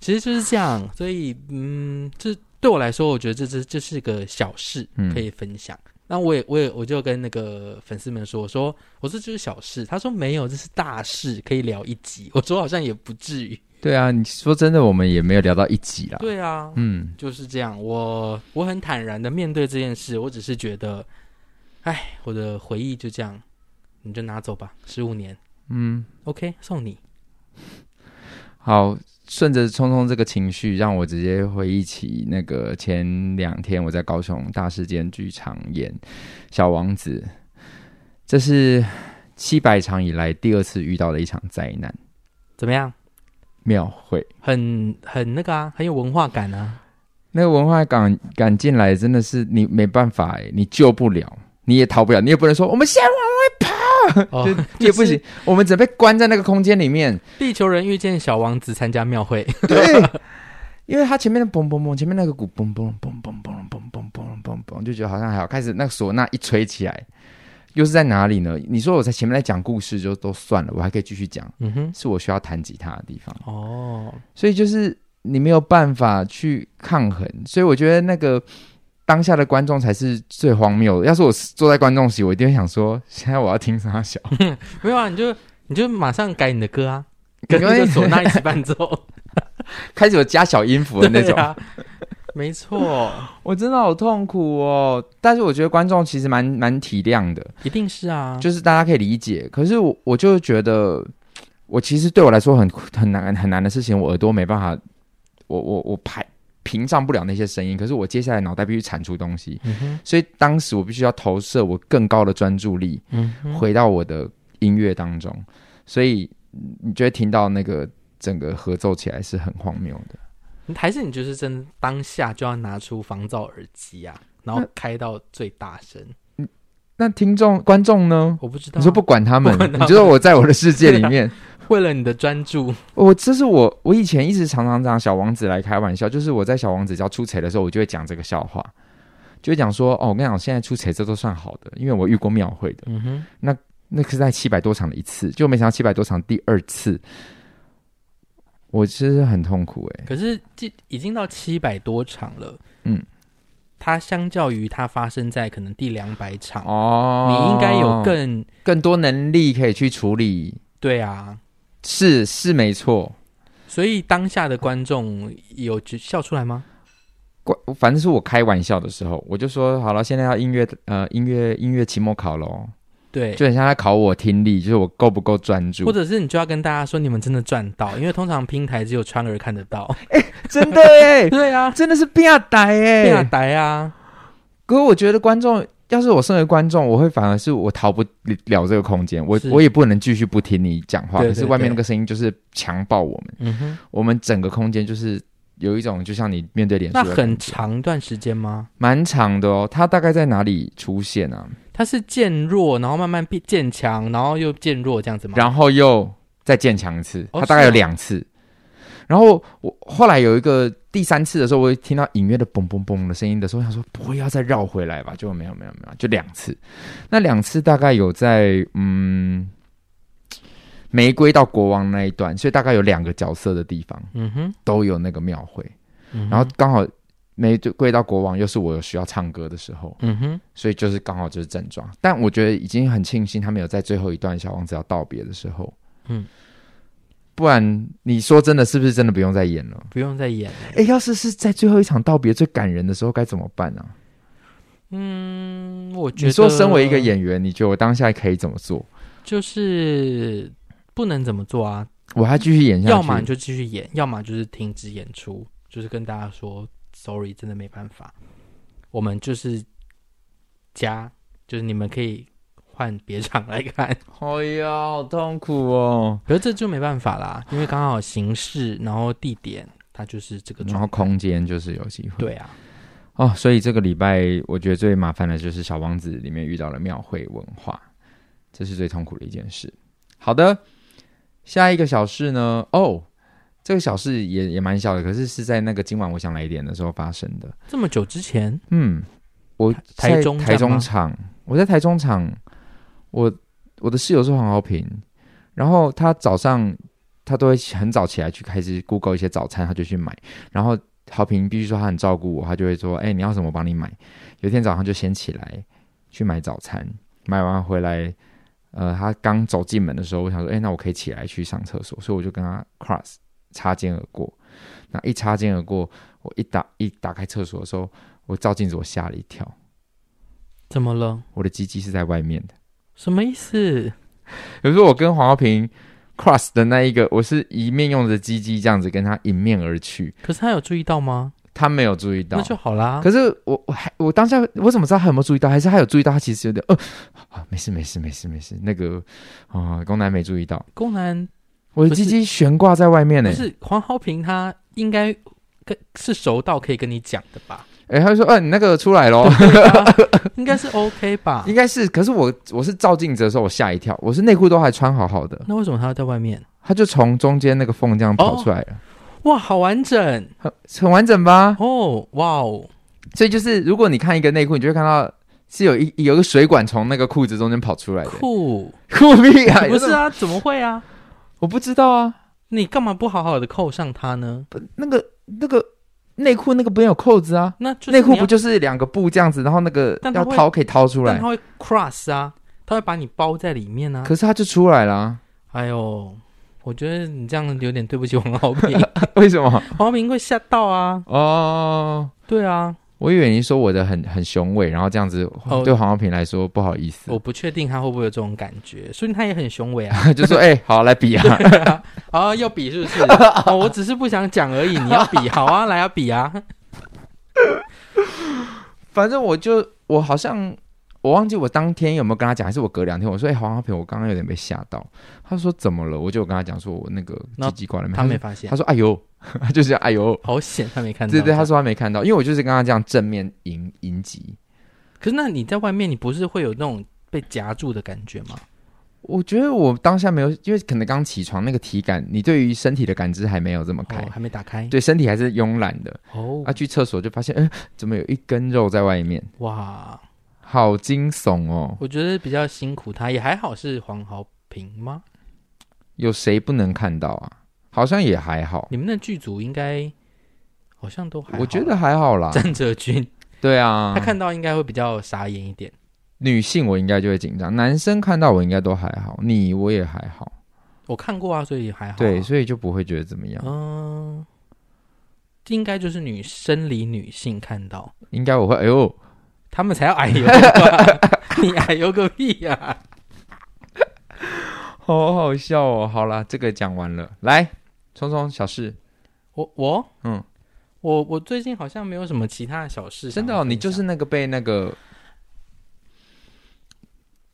[SPEAKER 1] 其实就是这样，所以嗯，这对我来说，我觉得这这这是个小事
[SPEAKER 2] 嗯，
[SPEAKER 1] 可以分享。那我也我也我就跟那个粉丝们说，我说我说这是小事，他说没有，这是大事，可以聊一集。我说好像也不至于，
[SPEAKER 2] 对啊，你说真的，我们也没有聊到一集啦。
[SPEAKER 1] 对啊，
[SPEAKER 2] 嗯，
[SPEAKER 1] 就是这样，我我很坦然的面对这件事，我只是觉得，哎，我的回忆就这样，你就拿走吧，十五年，嗯，OK，送你，
[SPEAKER 2] 好，顺着聪聪这个情绪，让我直接回忆起那个前两天我在高雄大世间剧场演《小王子》，这是七百场以来第二次遇到的一场灾难。
[SPEAKER 1] 怎么样？
[SPEAKER 2] 庙会
[SPEAKER 1] 很很那个啊，很有文化感啊，
[SPEAKER 2] 那个文化感赶进来，真的是你没办法哎、你救不了，你也逃不了，你也不能说我们先
[SPEAKER 1] 哦，
[SPEAKER 2] 也不行，，我们只被关在那个空间里面。
[SPEAKER 1] 地球人遇见小王子参加庙会，
[SPEAKER 2] 对，因为他前面的嘣嘣嘣，前面那个鼓嘣嘣嘣嘣嘣嘣嘣嘣嘣嘣，就觉得好像还好。开始那个唢呐一吹起来，又是在哪里呢？你说我在前面在讲故事就都算了，我还可以继续讲，
[SPEAKER 1] 嗯哼，
[SPEAKER 2] 是我需要弹吉他的地方。
[SPEAKER 1] 哦，
[SPEAKER 2] 所以就是你没有办法去抗衡，所以我觉得那个当下的观众才是最荒谬的。要是我坐在观众席，我一定会想说，现在我要听啥 小？
[SPEAKER 1] 没有啊，你就你就马上改你的歌啊，跟那
[SPEAKER 2] 因
[SPEAKER 1] 个
[SPEAKER 2] 为
[SPEAKER 1] 唢呐 一起伴奏，
[SPEAKER 2] 开始有加小音符的那
[SPEAKER 1] 对
[SPEAKER 2] 种。
[SPEAKER 1] 啊，没错，
[SPEAKER 2] 我真的好痛苦哦，但是我觉得观众其实蛮蛮体谅的，
[SPEAKER 1] 一定是啊，
[SPEAKER 2] 就是大家可以理解。可是我我就觉得，我其实对我来说很很难很难的事情，我耳朵没办法，我我我排屏障不了那些声音。可是我接下来脑袋必须产出东西，
[SPEAKER 1] 嗯哼，
[SPEAKER 2] 所以当时我必须要投射我更高的专注力
[SPEAKER 1] 嗯哼，
[SPEAKER 2] 回到我的音乐当中，所以嗯你就会听到那个整个合奏起来是很荒谬的。
[SPEAKER 1] 还是你就是真的当下就要拿出防噪耳机啊，然后开到最大声？
[SPEAKER 2] 那听众观众呢？
[SPEAKER 1] 我不知道啊，
[SPEAKER 2] 你说不管他们，
[SPEAKER 1] 不管他们
[SPEAKER 2] 你就说我在我的世界里 面，
[SPEAKER 1] 为了你的专注，
[SPEAKER 2] 我这是我我以前一直常常拿小王子来开玩笑，就是我在小王子只要出彩的时候，我就会讲这个笑话，就会讲说哦，我跟你讲，现在出彩这都算好的，因为我遇过庙会的，
[SPEAKER 1] 嗯哼，
[SPEAKER 2] 那是在七百多场的一次，就没想到七百多场第二次，我其实很痛苦哎、
[SPEAKER 1] 可是这已经到七百多场了，
[SPEAKER 2] 嗯，
[SPEAKER 1] 它相较于它发生在可能第两百场，
[SPEAKER 2] 哦，
[SPEAKER 1] 你应该有更
[SPEAKER 2] 更多能力可以去处理，
[SPEAKER 1] 对啊，
[SPEAKER 2] 是是没错，
[SPEAKER 1] 所以当下的观众有觉笑出来吗？
[SPEAKER 2] 关反正是我开玩笑的时候，我就说好了，现在要音乐呃音乐音乐期末考喽，
[SPEAKER 1] 对。
[SPEAKER 2] 就很像在考我听力，就是我够不够专注
[SPEAKER 1] 或，者是你就要跟大家说，你们真的赚到，因为通常拼台只有川儿看得到。
[SPEAKER 2] 真的 哎、
[SPEAKER 1] 对啊，
[SPEAKER 2] 真的是变呆哎、
[SPEAKER 1] 贝亚呆啊，
[SPEAKER 2] 可是我觉得观众，要是我身为观众，我会反而是我逃不了这个空间，我
[SPEAKER 1] 是
[SPEAKER 2] 我也不能继续不听你讲话。
[SPEAKER 1] 对
[SPEAKER 2] 可是
[SPEAKER 1] 对
[SPEAKER 2] 外面
[SPEAKER 1] 对
[SPEAKER 2] 那个声音就是强暴我们，
[SPEAKER 1] 嗯哼，
[SPEAKER 2] 我们整个空间就是有一种就像你面对脸书
[SPEAKER 1] 那
[SPEAKER 2] 的感觉，
[SPEAKER 1] 很长一段时间吗？
[SPEAKER 2] 蛮长的哦。它大概在哪里出现啊？
[SPEAKER 1] 它是渐弱，然后慢慢变渐强，然后又渐弱这样子吗？
[SPEAKER 2] 然后又再建强一次，
[SPEAKER 1] 哦
[SPEAKER 2] 它大概有
[SPEAKER 1] 是哦
[SPEAKER 2] 两次。然后我后来有一个第三次的时候，我会听到隐约的嘣嘣嘣的声音的时候，我想说不会要再绕回来吧？就没有没有没有，就两次。那两次大概有在嗯，玫瑰到国王那一段，所以大概有两个角色的地方
[SPEAKER 1] 嗯哼，
[SPEAKER 2] 都有那个庙会，
[SPEAKER 1] 嗯哼
[SPEAKER 2] 然后刚好玫瑰到国王又是我有需要唱歌的时候，
[SPEAKER 1] 嗯哼，
[SPEAKER 2] 所以就是刚好就是正装。但我觉得已经很庆幸他们有在最后一段小王子要道别的时候，
[SPEAKER 1] 嗯，
[SPEAKER 2] 不然你说真的是不是真的不用再演了？
[SPEAKER 1] 不用再演了。
[SPEAKER 2] 哎，要是是在最后一场道别最感人的时候该怎么办啊？
[SPEAKER 1] 嗯，我觉得
[SPEAKER 2] 你说身为一个，演员，你觉得我当下可以怎么做？
[SPEAKER 1] 就是不能怎么做啊？
[SPEAKER 2] 我还继续演下去？
[SPEAKER 1] 要么你就继续演，要么就是停止演出，就是跟大家说 sorry，真的没办法，我们就是加，就是你们可以换别场来 看。
[SPEAKER 2] 哎呀，好痛苦哦。
[SPEAKER 1] 可是这就没办法啦，因为刚好形式，然后地点，它就是这个
[SPEAKER 2] 然后
[SPEAKER 1] 状态。
[SPEAKER 2] 空间就是有机会。
[SPEAKER 1] 对啊，
[SPEAKER 2] 哦，所以这个礼拜我觉得最麻烦的就是《小王子》里面遇到了庙会文化，这是最痛苦的一件事。好的，下一个小事呢？哦，这个小事也也蛮小的，可是是在那个今晚我想来一点的时候发生的。
[SPEAKER 1] 这么久之前，
[SPEAKER 2] 嗯，我
[SPEAKER 1] 台
[SPEAKER 2] 在
[SPEAKER 1] 中站
[SPEAKER 2] 台中
[SPEAKER 1] 吗
[SPEAKER 2] 场，我在台中场，我我的室友是黄豪平，然后他早上他都会很早起来去开始 Google 一些早餐，他就去买，然后豪平必须说他很照顾我，他就会说，哎、你要什么我帮你买。有一天早上就先起来去买早餐，买完回来。呃，他刚走进门的时候，我想说，哎、那我可以起来去上厕所，所以我就跟他 cross 擦肩而过。那一擦肩而过，我一打一打开厕所的时候，我照镜子，我吓了一跳，
[SPEAKER 1] 怎么了？
[SPEAKER 2] 我的鸡鸡是在外面的。
[SPEAKER 1] 什么意思？
[SPEAKER 2] 有时候我跟黄浩平 cross 的那一个，我是一面用着鸡鸡这样子跟他迎面而去，
[SPEAKER 1] 可是他有注意到吗？
[SPEAKER 2] 他没有注意
[SPEAKER 1] 那
[SPEAKER 2] 到。
[SPEAKER 1] 就好啦。
[SPEAKER 2] 可是我我还我当下我怎么知道他有没有注意到？还是他有注意到？他其实有点呃啊，没事没事没事没事，那个啊，宫、南没注意到，
[SPEAKER 1] 宫南
[SPEAKER 2] 我的
[SPEAKER 1] 不是
[SPEAKER 2] 鸡鸡悬挂在外面呢、
[SPEAKER 1] 不是黄浩平，他应该跟是熟到可以跟你讲的 吧？
[SPEAKER 2] 哎、他就说，呃，你那个出来咯。
[SPEAKER 1] 应该是 OK 吧
[SPEAKER 2] 应？该是。可是我我是照镜子的时候，我吓一跳，我是内裤都还穿好好的，
[SPEAKER 1] 那为什么他要在外面？
[SPEAKER 2] 他就从中间那个缝这样跑
[SPEAKER 1] 哦
[SPEAKER 2] 出来了，
[SPEAKER 1] 哇，好完整
[SPEAKER 2] 很完整吧？
[SPEAKER 1] 哦！哇哦，
[SPEAKER 2] 所以就是，如果你看一个内裤，你就会看到是有一有一个水管从那个裤子中间跑出来的，
[SPEAKER 1] 酷！
[SPEAKER 2] 酷毙啊！
[SPEAKER 1] 不是啊，怎么会啊？
[SPEAKER 2] 我不知道啊，
[SPEAKER 1] 你干嘛不好好的扣上它呢？
[SPEAKER 2] 那个那个内裤那个边有扣子啊，
[SPEAKER 1] 那就是
[SPEAKER 2] 内裤
[SPEAKER 1] 你要
[SPEAKER 2] 不就是两个布这样子，然后那个
[SPEAKER 1] 但它
[SPEAKER 2] 要
[SPEAKER 1] 会
[SPEAKER 2] 掏可以掏出
[SPEAKER 1] 但
[SPEAKER 2] 来
[SPEAKER 1] 它，会 cross 啊，它会把你包在里面啊。
[SPEAKER 2] 可是它就出来了啊、
[SPEAKER 1] 哎呦，我觉得你这样有点对不起黄浩 平，
[SPEAKER 2] 为什么？
[SPEAKER 1] 黄浩平会吓到啊。
[SPEAKER 2] 哦，
[SPEAKER 1] 对啊，
[SPEAKER 2] 我以为你说我的很很雄伟，然后这样子
[SPEAKER 1] 哦
[SPEAKER 2] 对黄浩平来说不好意思
[SPEAKER 1] 我，不确定他会不会有这种感觉，所以他也很雄伟 啊。
[SPEAKER 2] 就说哎、好来比啊，
[SPEAKER 1] 啊，要比是不是？哦，我只是不想讲而已。你要比，好啊，来啊，比啊。
[SPEAKER 2] 嗯反正我就我好像我忘记我当天有没有跟他讲，还是我隔两天我说，哎、黄浩平，我刚刚有点被吓到。他说怎么了？我就有跟他讲说我那个
[SPEAKER 1] 那
[SPEAKER 2] 鸡鸡挂了没？
[SPEAKER 1] 他没
[SPEAKER 2] 说
[SPEAKER 1] 发现
[SPEAKER 2] 他，说哎呦，他就是哎呦，
[SPEAKER 1] 好险，他没看到。
[SPEAKER 2] 对对，他说他没看到，因为我就是跟他这样正面迎迎击。
[SPEAKER 1] 可是那你在外面，你不是会有那种被夹住的感觉吗？
[SPEAKER 2] 我觉得我当下没有，因为可能刚起床，那个体感，你对于身体的感知还没有这么开，
[SPEAKER 1] 哦，还没打开。
[SPEAKER 2] 对身体还是慵懒的。
[SPEAKER 1] 哦
[SPEAKER 2] 啊，，去厕所就发现，嗯、怎么有一根肉在外面？
[SPEAKER 1] 哇，
[SPEAKER 2] 好惊悚哦！
[SPEAKER 1] 我觉得比较辛苦他，也还好是黄豪平吗？
[SPEAKER 2] 有谁不能看到啊？好像也还好。
[SPEAKER 1] 你们那剧组应该好像都还好啦。
[SPEAKER 2] 我觉得还好啦。
[SPEAKER 1] 战者君
[SPEAKER 2] 对啊，
[SPEAKER 1] 他看到应该会比较傻眼一点。
[SPEAKER 2] 女性我应该就会紧张，男生看到我应该都还好，你我也还好，
[SPEAKER 1] 我看过啊，所以还好啊。
[SPEAKER 2] 对，所以就不会觉得怎么样。
[SPEAKER 1] 嗯，应该就是女生理女性看到。
[SPEAKER 2] 应该我会，哎呦，
[SPEAKER 1] 他们才要矮油 吧？你矮油个屁呀、
[SPEAKER 2] 好好笑哦。好啦，这个讲完了，来，聪聪小事，
[SPEAKER 1] 我我
[SPEAKER 2] 嗯，
[SPEAKER 1] 我我最近好像没有什么其他的小事想
[SPEAKER 2] 真
[SPEAKER 1] 要分享。
[SPEAKER 2] 的、哦，你就是那个被那个，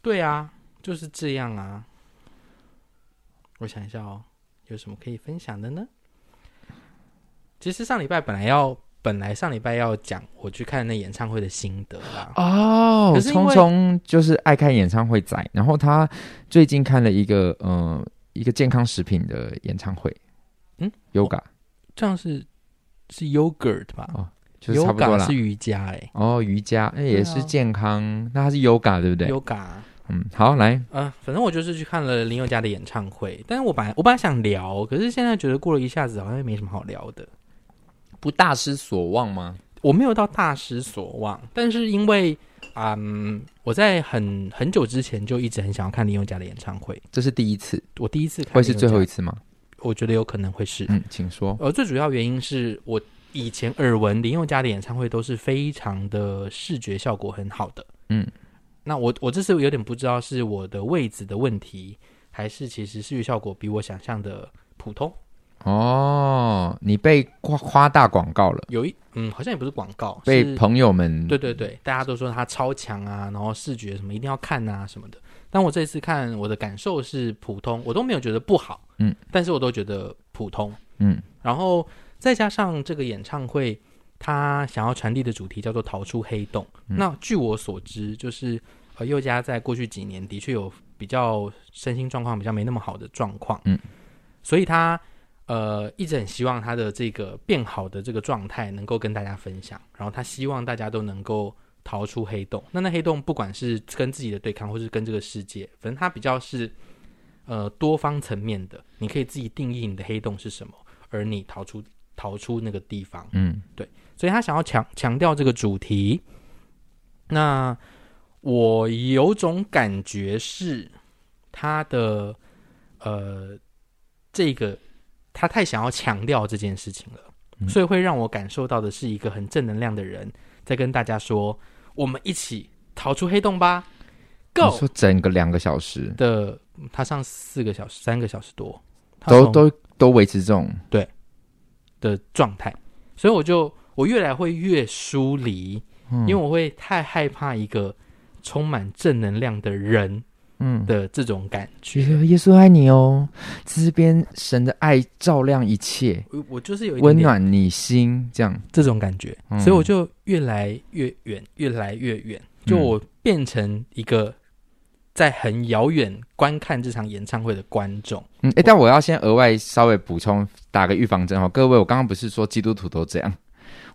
[SPEAKER 1] 对啊，就是这样啊。我想一下哦，有什么可以分享的呢？其实上礼拜本来要，本来上礼拜要讲我去看那演唱会的心得啦。
[SPEAKER 2] 哦
[SPEAKER 1] 可是因为
[SPEAKER 2] 聪聪就是爱看演唱会仔，然后他最近看了一个，嗯、一个健康食品的演唱会，
[SPEAKER 1] 嗯
[SPEAKER 2] ，Yoga，、
[SPEAKER 1] 这样是是 yogurt 吧？
[SPEAKER 2] 就是差不多
[SPEAKER 1] yoga
[SPEAKER 2] 啦
[SPEAKER 1] 是。瑜伽哎、
[SPEAKER 2] 哦，瑜伽，那、
[SPEAKER 1] 对
[SPEAKER 2] 也
[SPEAKER 1] 啊
[SPEAKER 2] 是健康，那它是 Yoga 对不对
[SPEAKER 1] y o g a
[SPEAKER 2] 嗯，好，来，
[SPEAKER 1] 啊呃，反正我就是去看了林宥嘉的演唱会，但是我本来我本来想聊，可是现在觉得过了一下子，好像也没什么好聊的。
[SPEAKER 2] 不大失所望吗？
[SPEAKER 1] 我没有到大失所望，但是因为，嗯，我在很很久之前就一直很想要看林宥嘉的演唱会，
[SPEAKER 2] 这是第一次，
[SPEAKER 1] 我第一次看
[SPEAKER 2] 会是最后一
[SPEAKER 1] 次，
[SPEAKER 2] 次吗？
[SPEAKER 1] 我觉得有可能会是。
[SPEAKER 2] 嗯，请说。
[SPEAKER 1] 呃，最主要原因是我以前耳闻林宥嘉的演唱会都是非常的视觉效果很好的，
[SPEAKER 2] 嗯，
[SPEAKER 1] 那我我这次有点不知道是我的位置的问题，还是其实视觉效果比我想象的普通。
[SPEAKER 2] 哦，你被夸夸大广告了，
[SPEAKER 1] 有一嗯，好像也不是广告，
[SPEAKER 2] 被
[SPEAKER 1] 是
[SPEAKER 2] 朋友们
[SPEAKER 1] 对对对，大家都说他超强啊，然后视觉什么一定要看啊什么的。但我这次看，我的感受是普通，我都没有觉得不好，
[SPEAKER 2] 嗯，
[SPEAKER 1] 但是我都觉得普通。
[SPEAKER 2] 嗯
[SPEAKER 1] 然后再加上这个演唱会，他想要传递的主题叫做“逃出黑洞”。
[SPEAKER 2] 嗯
[SPEAKER 1] 那据我所知，就是呃，佑嘉在过去几年的确有比较身心状况比较没那么好的状况，
[SPEAKER 2] 嗯，
[SPEAKER 1] 所以他呃一直很希望他的这个变好的这个状态能够跟大家分享，然后他希望大家都能够。逃出黑洞，那那黑洞不管是跟自己的对抗，或是跟这个世界，反正它比较是，呃，多方层面的。你可以自己定义你的黑洞是什么，而你逃出逃出那个地方。
[SPEAKER 2] 嗯
[SPEAKER 1] 所以他想要强强调这个主题。那我有种感觉是，他的呃，这个他太想要强调这件事情了，
[SPEAKER 2] 嗯
[SPEAKER 1] 所以会让我感受到的是一个很正能量的人在跟大家说：“我们一起逃出黑洞吧
[SPEAKER 2] 你
[SPEAKER 1] ，Go
[SPEAKER 2] 说整个两个小时
[SPEAKER 1] 的。”他上四个小时，三个小时多，他
[SPEAKER 2] 都
[SPEAKER 1] 从
[SPEAKER 2] 都都维持这种，
[SPEAKER 1] 的状态，所以我就我越来会越疏离，
[SPEAKER 2] 嗯
[SPEAKER 1] 因为我会太害怕一个充满正能量的人
[SPEAKER 2] 嗯，
[SPEAKER 1] 的这种感
[SPEAKER 2] 觉
[SPEAKER 1] 觉。
[SPEAKER 2] 得耶稣爱你哦，这边神的爱照亮一切，
[SPEAKER 1] 我我就是有一点
[SPEAKER 2] 温
[SPEAKER 1] 点
[SPEAKER 2] 暖你心，这样，
[SPEAKER 1] 这种感觉，
[SPEAKER 2] 嗯
[SPEAKER 1] 所以我就越来越远，越来越远，就
[SPEAKER 2] 嗯
[SPEAKER 1] 我变成一个在很遥远观看这场演唱会的观众。
[SPEAKER 2] 嗯，哎，但我要先额外稍微补充打个预防针哦，各位，我刚刚不是说基督徒都这样，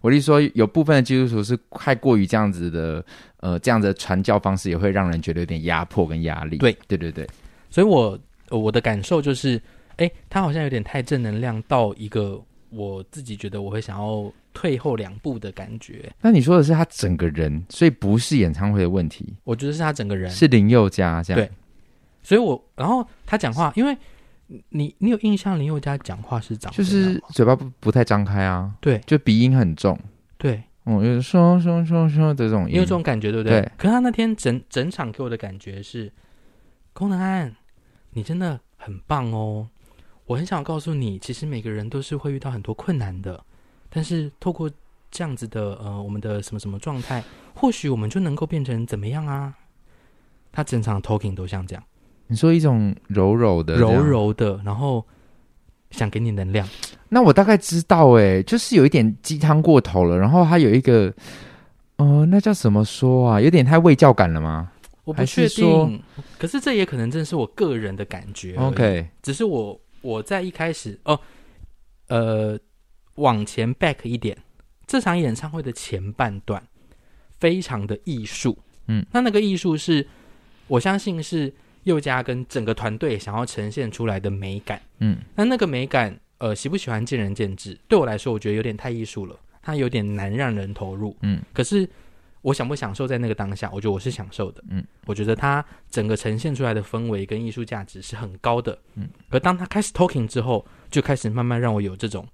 [SPEAKER 2] 我是说有部分的基督徒是太过于这样子的，呃，这样的传教方式也会让人觉得有点压迫跟压力。
[SPEAKER 1] 对，
[SPEAKER 2] 对对对，
[SPEAKER 1] 所以我呃我的感受就是，哎，他好像有点太正能量到一个我自己觉得我会想要退后两步的感觉。
[SPEAKER 2] 那你说的是他整个人，所以不是演唱会的问题，
[SPEAKER 1] 我觉得是他整个人
[SPEAKER 2] 是林宥嘉这样。
[SPEAKER 1] 对所以我然后他讲话，因为你你有印象林宥嘉讲话是长
[SPEAKER 2] 就
[SPEAKER 1] 这样
[SPEAKER 2] 是
[SPEAKER 1] 吗
[SPEAKER 2] 嘴巴不不太张开啊，
[SPEAKER 1] 对
[SPEAKER 2] 就鼻音很重，
[SPEAKER 1] 对，
[SPEAKER 2] 嗯，有说说说说的这种
[SPEAKER 1] 你
[SPEAKER 2] 音，
[SPEAKER 1] 有这种感觉对不对？
[SPEAKER 2] 嗯对
[SPEAKER 1] 可是他那天整整场给我的感觉是，龚能安，你真的很棒哦！我很想告诉你，其实每个人都是会遇到很多困难的，但是透过这样子的呃我们的什么什么状态，或许我们就能够变成怎么样啊？他整场 talking 都像这样。
[SPEAKER 2] 你说一种柔柔的，
[SPEAKER 1] 柔。柔的，然后想给你能量。
[SPEAKER 2] 那我大概知道、欸，就是有一点鸡汤过头了，然后他有一个，呃，那叫怎么说啊？有点太味教感了吗
[SPEAKER 1] 我不
[SPEAKER 2] 还
[SPEAKER 1] 确
[SPEAKER 2] 是说
[SPEAKER 1] 定，可是这也可能正是我个人的感觉而已。
[SPEAKER 2] ？OK，
[SPEAKER 1] 只是我我在一开始哦，呃，往前 back 一点，这场演唱会的前半段非常的艺术，
[SPEAKER 2] 嗯，
[SPEAKER 1] 那那个艺术是我相信是佑嘉跟整个团队想要呈现出来的美感。
[SPEAKER 2] 嗯，
[SPEAKER 1] 那那个美感，呃，喜不喜欢见仁见智。对我来说，我觉得有点太艺术了，它有点难让人投入。
[SPEAKER 2] 嗯，
[SPEAKER 1] 可是我享不享受在那个当下，我觉得我是享受的。
[SPEAKER 2] 嗯，
[SPEAKER 1] 我觉得它整个呈现出来的氛围跟艺术价值是很高的。嗯，可当他开始 talking 之后，就开始慢慢让我有这种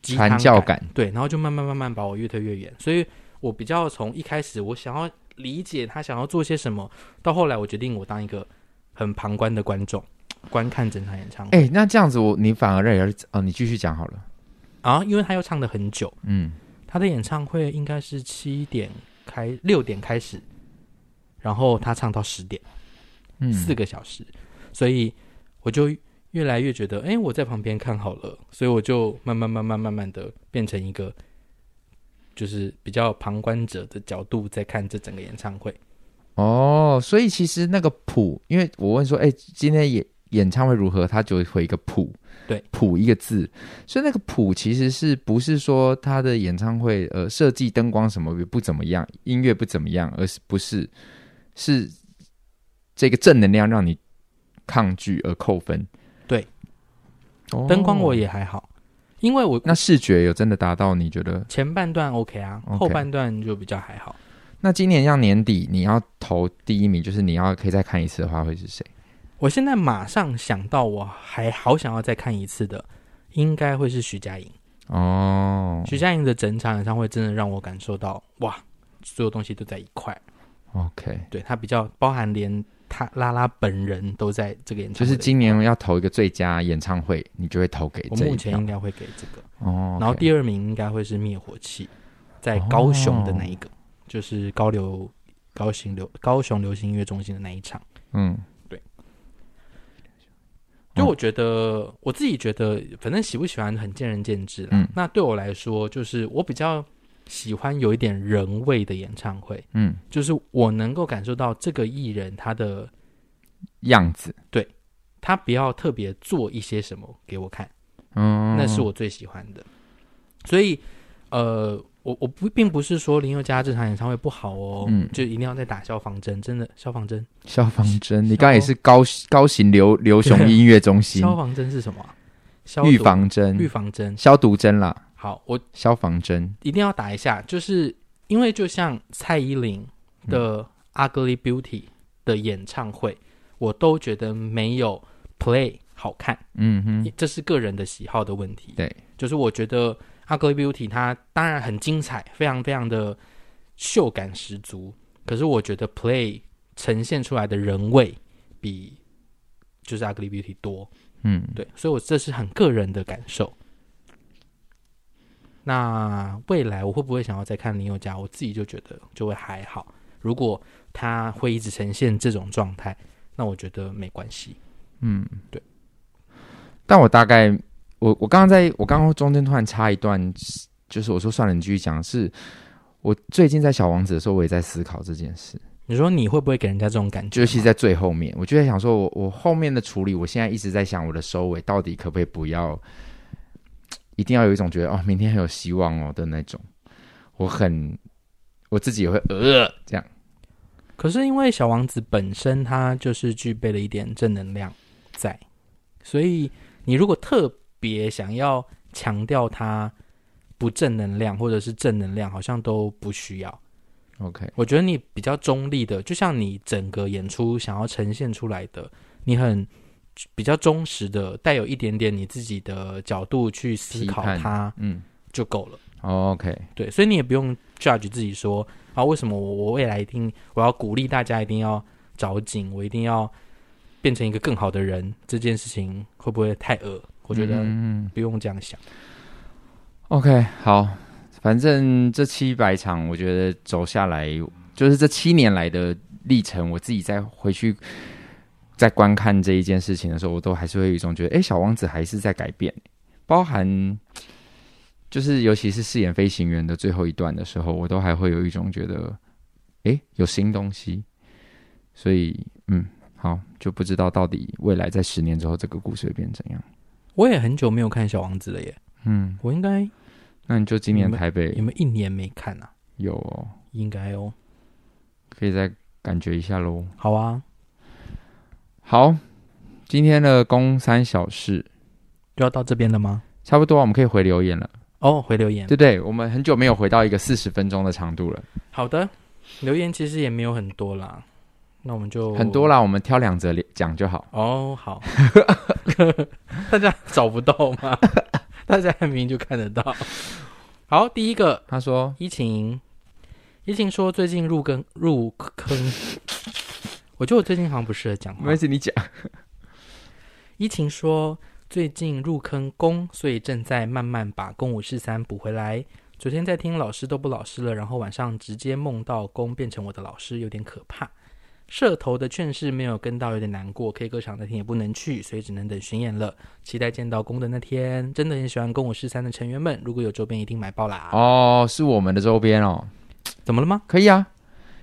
[SPEAKER 1] 鸡汤
[SPEAKER 2] 传教感，
[SPEAKER 1] 对，然后就慢慢慢慢把我越推越远。所以我比较从一开始我想要理解他想要做些什么，到后来我决定我当一个很旁观的观众，观看整场演唱会。
[SPEAKER 2] 哎、那这样子我你反而让人哦，你继续讲好了，
[SPEAKER 1] 啊，因为他又唱的很久，
[SPEAKER 2] 嗯，
[SPEAKER 1] 他的演唱会应该是七点开，六点开始，然后他唱到十点，
[SPEAKER 2] 嗯
[SPEAKER 1] 四个小时，所以我就越来越觉得，哎，我在旁边看好了，所以我就慢慢慢慢慢慢的变成一个，就是比较旁观者的角度在看这整个演唱会。
[SPEAKER 2] 哦，所以其实那个谱，因为我问说，哎、今天演演唱会如何，他就回一个谱，
[SPEAKER 1] 对，
[SPEAKER 2] 谱一个字，所以那个谱其实是不是说他的演唱会呃设计灯光什么也不怎么样，音乐不怎么样，而是不是是这个正能量让你抗拒而扣分。
[SPEAKER 1] 对，
[SPEAKER 2] 哦
[SPEAKER 1] 灯光我也还好，因为我
[SPEAKER 2] 那视觉有真的达到你觉得？
[SPEAKER 1] 前半段 OK 啊
[SPEAKER 2] OK
[SPEAKER 1] 后半段就比较还好。
[SPEAKER 2] 那今年像年底你要投第一名，就是你要可以再看一次的话，会是谁？
[SPEAKER 1] 我现在马上想到，我还好想要再看一次的，应该会是徐佳莹。
[SPEAKER 2] 哦
[SPEAKER 1] 徐佳莹的整场演唱会真的让我感受到，哇，所有东西都在一块。
[SPEAKER 2] ，OK，
[SPEAKER 1] 对他比较包含连他拉拉本人都在这个演唱
[SPEAKER 2] 就
[SPEAKER 1] 会
[SPEAKER 2] 是
[SPEAKER 1] 里，
[SPEAKER 2] 今年要投一个最佳演唱会，你就会投给
[SPEAKER 1] 我
[SPEAKER 2] 这
[SPEAKER 1] 目
[SPEAKER 2] 一
[SPEAKER 1] 前
[SPEAKER 2] 票
[SPEAKER 1] 应。该会给这个。
[SPEAKER 2] 哦，
[SPEAKER 1] 然后
[SPEAKER 2] OK
[SPEAKER 1] 第二名应该会是灭火器，在高雄的那一个，就是高流高行流高雄流行音乐中心的那一场。
[SPEAKER 2] 嗯，
[SPEAKER 1] 就
[SPEAKER 2] 哦
[SPEAKER 1] 我觉得，我自己觉得，反正喜不喜欢很见仁见智啦。
[SPEAKER 2] 嗯
[SPEAKER 1] 那对我来说，就是我比较喜欢有一点人味的演唱会，
[SPEAKER 2] 嗯，
[SPEAKER 1] 就是我能够感受到这个艺人他的
[SPEAKER 2] 样子，
[SPEAKER 1] 他不要特别做一些什么给我看，
[SPEAKER 2] 嗯，
[SPEAKER 1] 那是我最喜欢的。所以，呃，我我不并不是说林宥嘉这场演唱会不好哦，
[SPEAKER 2] 嗯
[SPEAKER 1] 就一定要再打消防针，真的消防针，
[SPEAKER 2] 消防针。你刚才也是高高 型流流雄音乐中心
[SPEAKER 1] 消防针是什么啊、消毒
[SPEAKER 2] 预防
[SPEAKER 1] 预
[SPEAKER 2] 针、
[SPEAKER 1] 防针。
[SPEAKER 2] 消毒针啦，
[SPEAKER 1] 好，我
[SPEAKER 2] 消防针。
[SPEAKER 1] 一定要打一下，就是因为就像蔡依林
[SPEAKER 2] 嗯
[SPEAKER 1] 的《Ugly Beauty》的演唱会，我都觉得没有 Play 好看，
[SPEAKER 2] 嗯哼，
[SPEAKER 1] 这是个人的喜好的问题。
[SPEAKER 2] 对，
[SPEAKER 1] 就是我觉得《Ugly Beauty》它当然很精彩，非常非常的秀感十足，可是我觉得 Play 呈现出来的人味比就是《Ugly Beauty》多。
[SPEAKER 2] 嗯，
[SPEAKER 1] 对，所以我这是很个人的感受。那未来我会不会想要再看林宥嘉？我自己就觉得就会还好。如果他会一直呈现这种状态，那我觉得没关系。
[SPEAKER 2] 但我大概，我我刚刚在我刚刚中间突然插一段，就是我说算了，你继续讲。是我最近在小王子的时候，我也在思考这件事，
[SPEAKER 1] 你说你会不会给人家这种感觉吗？
[SPEAKER 2] 尤其在最后面，我就在想说我我后面的处理，我现在一直在想我的收尾到底可不可以不要，一定要有一种觉得哦，明天很有希望哦的那种。我很我自己也会呃这样，
[SPEAKER 1] 可是因为小王子本身他就是具备了一点正能量在，所以你如果特别想要强调他不正能量或者是正能量，好像都不需要。
[SPEAKER 2] OK，
[SPEAKER 1] 我觉得你比较中立的，就像你整个演出想要呈现出来的，你很比较忠实的，带有一点点你自己的角度去思考
[SPEAKER 2] 批判
[SPEAKER 1] 它
[SPEAKER 2] 嗯、哦
[SPEAKER 1] 就够了。
[SPEAKER 2] o k
[SPEAKER 1] 对，所以你也不用 judge 自己说啊，为什么我我未来一定我要鼓励大家一定要找紧，我一定要变成一个更好的人，这件事情会不会太恶？我
[SPEAKER 2] 我
[SPEAKER 1] 觉得
[SPEAKER 2] 嗯
[SPEAKER 1] 不用这样想。
[SPEAKER 2] OK，好，反正这七百场，我觉得走下来，就是这七年来的历程，我自己再回去在观看这一件事情的时候，我都还是会有一种觉得，哎、小王子还是在改变，包含就是尤其是饰演飞行员的最后一段的时候，我都还会有一种觉得，哎、有新东西，所以嗯，好，就不知道到底未来在十年之后这个故事会变怎样。
[SPEAKER 1] 我也很久没有看《小王子》了耶，
[SPEAKER 2] 嗯，
[SPEAKER 1] 我应该
[SPEAKER 2] 那你就今年
[SPEAKER 1] 你们
[SPEAKER 2] 台北
[SPEAKER 1] 有没有一年没看啊？
[SPEAKER 2] 有、哦。
[SPEAKER 1] 应该哦。
[SPEAKER 2] 可以再感觉一下喽。
[SPEAKER 1] 好啊，
[SPEAKER 2] 好，今天的公三小事
[SPEAKER 1] 就要到这边了吗？
[SPEAKER 2] 差不多，我们可以回留言了，
[SPEAKER 1] 哦，回留言
[SPEAKER 2] 对。不对？我们很久没有回到一个四十分钟的长度了，
[SPEAKER 1] 好的，留言其实也没有很多啦，那我们就
[SPEAKER 2] 很多
[SPEAKER 1] 啦。
[SPEAKER 2] 啦，我们挑两则讲就好。
[SPEAKER 1] 哦， 好，大家找不到吗？ 大家明明就看得到。好，第一个
[SPEAKER 2] 他说
[SPEAKER 1] 依晴，依晴说最近入坑入坑，我觉得我最近好像不适合讲：“
[SPEAKER 2] 没
[SPEAKER 1] 话
[SPEAKER 2] 关。系，你讲。
[SPEAKER 1] 依晴说，最近入坑攻，所以正在慢慢把攻五四三补回来。昨天在听老师都不老师了，然后晚上直接梦到攻变成我的老师，有点可怕。社头的劝世没有跟到，有点难过。K 歌场那天也不能去，所以只能等巡演了。期待见到攻的那天，真的很喜欢攻五四三的成员们，如果有周边一定买爆啦。
[SPEAKER 2] 哦，是我们的周边哦，
[SPEAKER 1] 怎么了吗？
[SPEAKER 2] 可以啊，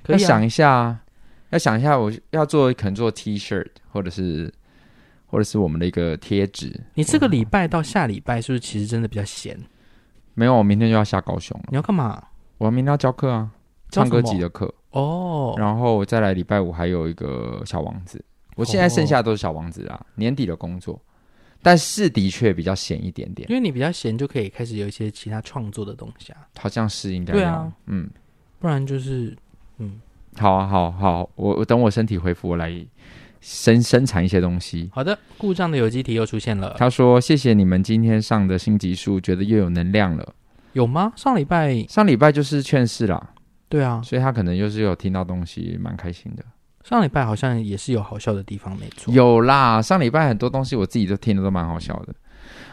[SPEAKER 1] 可
[SPEAKER 2] 要
[SPEAKER 1] 以、啊
[SPEAKER 2] 想、一下啊，要想一下，我要做可能做 T 恤，或者是或者是我们的一个贴纸。
[SPEAKER 1] 你这个礼拜到下礼拜是不是其实真的比较闲？
[SPEAKER 2] 没有，我明天就要下高雄了，
[SPEAKER 1] 你要干嘛？
[SPEAKER 2] 我明天要教课啊，唱歌
[SPEAKER 1] 教什
[SPEAKER 2] 集
[SPEAKER 1] 么
[SPEAKER 2] 的课。
[SPEAKER 1] 哦，
[SPEAKER 2] 然后再来礼拜五还有一个小王子，我现在剩下都是小王子
[SPEAKER 1] 哦
[SPEAKER 2] 啦，年底的工作，但是的确比较闲一点点，
[SPEAKER 1] 因为你比较闲，就可以开始有一些其他创作的东西啊，
[SPEAKER 2] 好像是应该
[SPEAKER 1] 对啊
[SPEAKER 2] 要，嗯，
[SPEAKER 1] 不然就是嗯，
[SPEAKER 2] 好啊，好好，我我等我身体恢复，我来生生产一些东西。
[SPEAKER 1] 好的，故障的有机体又出现了，
[SPEAKER 2] 他说：“谢谢你们今天上的新集数，觉得又有能量了。
[SPEAKER 1] 有吗？上礼拜
[SPEAKER 2] 上礼拜就是劝世啦，
[SPEAKER 1] 对啊，
[SPEAKER 2] 所以他可能就是有听到东西，蛮开心的。
[SPEAKER 1] 上礼拜好像也是有好笑的地方，没错，
[SPEAKER 2] 有啦，上礼拜很多东西我自己都听的都蛮好笑的。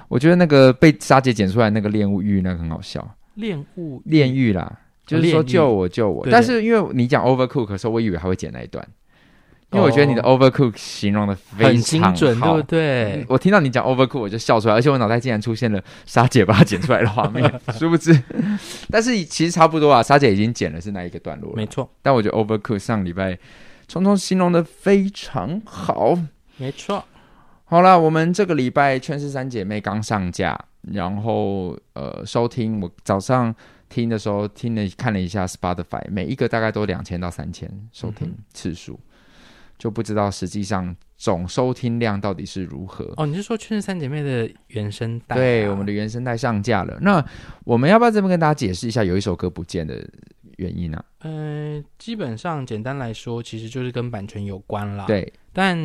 [SPEAKER 2] 我觉得那个被沙姐剪出来那个恋物欲那个很好笑，
[SPEAKER 1] 恋物
[SPEAKER 2] 恋欲啦，就是说
[SPEAKER 1] 恋欲
[SPEAKER 2] 救我救我。
[SPEAKER 1] 哦对对
[SPEAKER 2] 但是因为你讲 overcook 的时候，我以为他会剪那一段，因为我觉得你的 overcook 形容的
[SPEAKER 1] 哦很
[SPEAKER 2] 非
[SPEAKER 1] 精
[SPEAKER 2] 常
[SPEAKER 1] 准，对
[SPEAKER 2] 好
[SPEAKER 1] 不。对？
[SPEAKER 2] 我听到你讲 overcook，我就笑出来，而且我脑袋竟然出现了沙姐把它剪出来的画面， 殊不知，但是其实差不多啊，沙姐已经剪了是那一个段落了
[SPEAKER 1] 没。错，
[SPEAKER 2] 但我觉得 overcook 上礼拜聪聪形容的非常好。
[SPEAKER 1] 没错，
[SPEAKER 2] 好啦，我们这个礼拜《圈是三姐妹》刚上架，然后呃，收听我早上听的时候听了看了一下 Spotify，每一个大概都两千到三千收听
[SPEAKER 1] 嗯
[SPEAKER 2] 次数，就不知道实际上总收听量到底是如何。
[SPEAKER 1] 哦，你是说《圈三姐妹》的原声带啊、
[SPEAKER 2] 对，我们的原声带上架了。那我们要不要这边跟大家解释一下有一首歌不见的原因啊？
[SPEAKER 1] 呃，基本上简单来说，其实就是跟版权有关啦。，
[SPEAKER 2] 对，
[SPEAKER 1] 但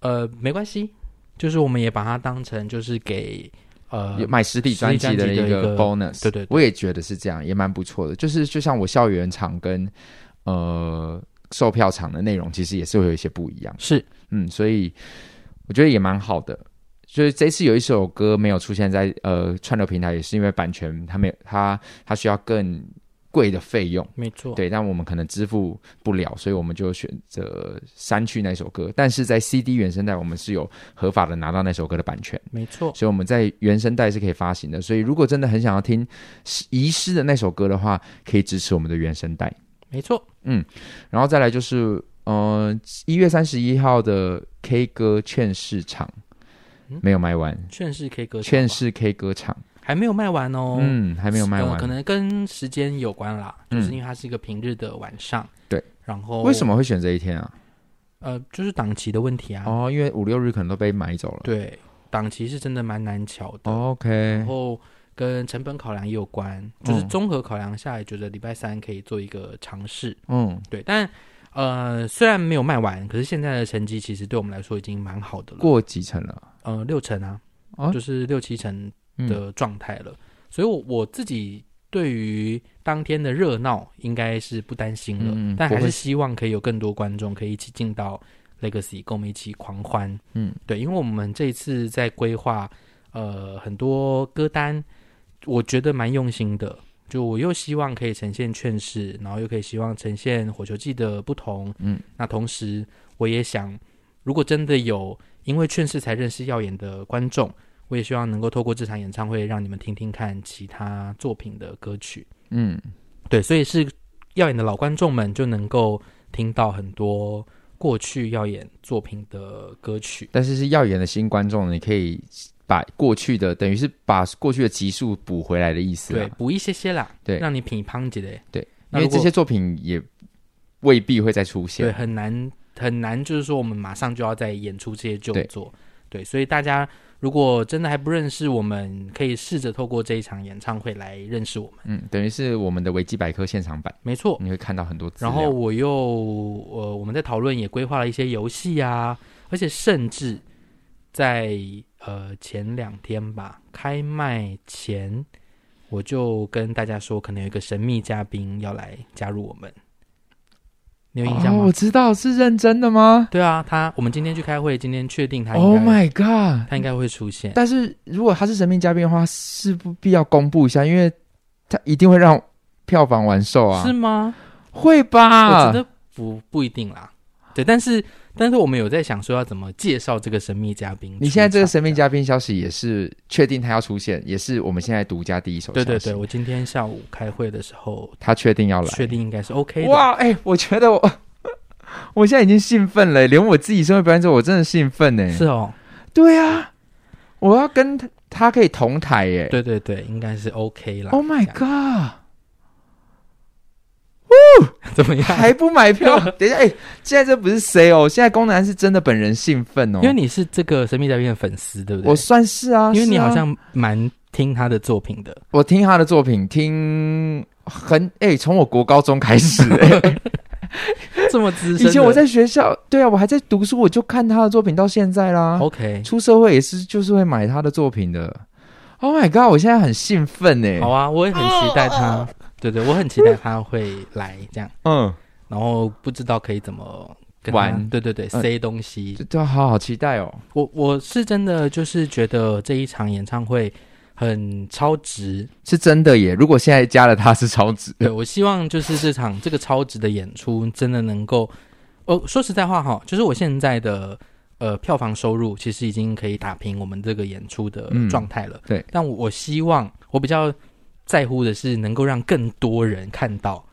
[SPEAKER 1] 呃没关系，就是我们也把它当成就是给呃
[SPEAKER 2] 有买实体专辑的
[SPEAKER 1] 实体专辑的一
[SPEAKER 2] 一个
[SPEAKER 1] 个
[SPEAKER 2] bonus。
[SPEAKER 1] 对对对
[SPEAKER 2] 我也觉得是这样，也蛮不错的。就是就像我校园场跟呃售票场的内容，其实也是会有一些不一样。
[SPEAKER 1] 是
[SPEAKER 2] 嗯，所以我觉得也蛮好的。就是这次有一首歌没有出现在呃串流平台，也是因为版权它没有它它需要更贵的费用。
[SPEAKER 1] 没错，
[SPEAKER 2] 对，但我们可能支付不了，所以我们就选择删去那首歌。但是在 CD 原声带，我们是有合法的拿到那首歌的版权，
[SPEAKER 1] 没错，
[SPEAKER 2] 所以我们在原声带是可以发行的。所以如果真的很想要听遗失的那首歌的话，可以支持我们的原声带。
[SPEAKER 1] 没错，
[SPEAKER 2] 然后再来就是，呃，一月三十一号的 K 歌劝世场
[SPEAKER 1] 嗯
[SPEAKER 2] 没有卖完，
[SPEAKER 1] 劝世 K 歌手吧
[SPEAKER 2] 劝世 K 歌场，
[SPEAKER 1] 还没有卖完哦。
[SPEAKER 2] 嗯，还没有卖
[SPEAKER 1] 呃
[SPEAKER 2] 完
[SPEAKER 1] 可。能跟时间有关啦，
[SPEAKER 2] 嗯
[SPEAKER 1] 就是因为它是一个平日的晚上。
[SPEAKER 2] 对，
[SPEAKER 1] 然后
[SPEAKER 2] 为什？么会选这一天啊？
[SPEAKER 1] 呃，就是档期的问题啊。
[SPEAKER 2] 哦，因为五六日可能都被买走了。
[SPEAKER 1] 对，档期是真的蛮难瞧的，
[SPEAKER 2] 哦，OK，
[SPEAKER 1] 然后跟成本考量也有关，就是
[SPEAKER 2] 嗯
[SPEAKER 1] 综合考量下来，觉得礼拜三可以做一个尝试。
[SPEAKER 2] 嗯，
[SPEAKER 1] 对，但呃，虽然没有卖完，可是现在的成绩其实对我们来说已经蛮好的了，
[SPEAKER 2] 过几层了？
[SPEAKER 1] 呃，六成啊，
[SPEAKER 2] 哦
[SPEAKER 1] 就是六七成
[SPEAKER 2] 嗯
[SPEAKER 1] 的状态了。所以我，我自己对于当天的热闹应该是不担心了，
[SPEAKER 2] 嗯嗯
[SPEAKER 1] 但还
[SPEAKER 2] 不会
[SPEAKER 1] 是希望可以有更多观众可以一起进到 Legacy，跟我们一起狂欢。
[SPEAKER 2] 嗯，
[SPEAKER 1] 对，因为我们这一次在规划，呃，很多歌单，我觉得蛮用心的。就我又希望可以呈现劝世，然后又可以希望呈现火球季的不同。
[SPEAKER 2] 嗯，
[SPEAKER 1] 那同时我也想，如果真的有因为劝世才认识耀眼的观众，我也希望能够透过这场演唱会让你们听听看其他作品的歌曲。
[SPEAKER 2] 嗯，
[SPEAKER 1] 对，所以是耀眼的老观众们就能够听到很多过去耀眼作品的歌曲。
[SPEAKER 2] 但是是耀眼的新观众，你可以把过去的，等于是把过去的集数补回来的意思、
[SPEAKER 1] 对，
[SPEAKER 2] 啊。
[SPEAKER 1] 补一些些啦，
[SPEAKER 2] 对
[SPEAKER 1] 让你品乓姐的，那
[SPEAKER 2] 因为
[SPEAKER 1] 如果
[SPEAKER 2] 这些作品也未必会再出
[SPEAKER 1] 对，
[SPEAKER 2] 现。
[SPEAKER 1] 很难很难，就是说我们马上就要再演出这些旧
[SPEAKER 2] 对
[SPEAKER 1] 作，对，所以大家如果真的还不认识我们，可以试着透过这一场演唱会来认识我们，
[SPEAKER 2] 嗯，等于是我们的维基百科现场版，
[SPEAKER 1] 没错，
[SPEAKER 2] 你会看到很多资料。哦
[SPEAKER 1] 然后我又呃，我们在讨论也规划了一些游戏啊，而且甚至在呃前两天吧，开卖前我就跟大家说，可能有一个神秘嘉宾要来加入我们，你有印象
[SPEAKER 2] 哦
[SPEAKER 1] 吗？
[SPEAKER 2] 我知道是认真的吗
[SPEAKER 1] 对啊，他我们今天去开会，今天确定他应
[SPEAKER 2] ？Oh
[SPEAKER 1] 该、
[SPEAKER 2] my god！
[SPEAKER 1] 他应该会出现。
[SPEAKER 2] 但是如果他是神秘嘉宾的话，是不必要公布一下，因为他一定会让票房完售啊
[SPEAKER 1] 是，吗？
[SPEAKER 2] 会吧？
[SPEAKER 1] 我觉得不不一定啦。对，但是但是我们有在想说要怎么介绍这个神秘嘉宾出场。
[SPEAKER 2] 你现在这个神秘嘉宾消息也是确定他要出现，也是我们现在独家第一手消
[SPEAKER 1] 对
[SPEAKER 2] 息。
[SPEAKER 1] 对对，，我今天下午开会的时候，
[SPEAKER 2] 他确定要来。
[SPEAKER 1] 确定应该是 OK 的。
[SPEAKER 2] 哇，哎、我觉得我 我现在已经兴奋了，连我自己身为表演者，我真的兴奋呢。
[SPEAKER 1] 是，哦，
[SPEAKER 2] 对啊，我要跟他他可以同台耶。
[SPEAKER 1] 对
[SPEAKER 2] 哎
[SPEAKER 1] 对对，应该是 OK 啦。
[SPEAKER 2] ，Oh my
[SPEAKER 1] 这样
[SPEAKER 2] god！
[SPEAKER 1] 怎么样？
[SPEAKER 2] 还不买 票？
[SPEAKER 1] 啊
[SPEAKER 2] 等一下，哎、现在这不是谁哦，现在宫南是真的本人兴奋哦，
[SPEAKER 1] 因为你是这个神秘嘉宾的粉丝，对不对？
[SPEAKER 2] 我算是啊，
[SPEAKER 1] 因为你
[SPEAKER 2] 是啊
[SPEAKER 1] 好像蛮听他的作品 的，
[SPEAKER 2] 我听他的作品，听很哎，从、我国高中开始、 哎
[SPEAKER 1] 这么资深的。
[SPEAKER 2] 以前我在学校，对啊，我还在读书，我就看他的作品到现在啦。
[SPEAKER 1] OK，
[SPEAKER 2] 出社会也是，就是会买他的作品的。Oh my god！我现在很兴奋哎、
[SPEAKER 1] 好啊，我也很期待他，对对，我很期待他会来这样，
[SPEAKER 2] 嗯，
[SPEAKER 1] 然后不知道可以怎么跟他
[SPEAKER 2] 玩
[SPEAKER 1] 对对对
[SPEAKER 2] 嗯
[SPEAKER 1] 塞东西。
[SPEAKER 2] 这都好好期待哦。
[SPEAKER 1] 我我是真的就是觉得这一场演唱会很超值，
[SPEAKER 2] 是真的耶！如果现在加了他是超值
[SPEAKER 1] 对我希望就是这场这个超值的演出真的能够，哦，说实在话哈，就是我现在的呃票房收入其实已经可以打平我们这个演出的
[SPEAKER 2] 嗯
[SPEAKER 1] 状态了，
[SPEAKER 2] 对
[SPEAKER 1] 但我我希望我比较在乎的是能够让更多人看到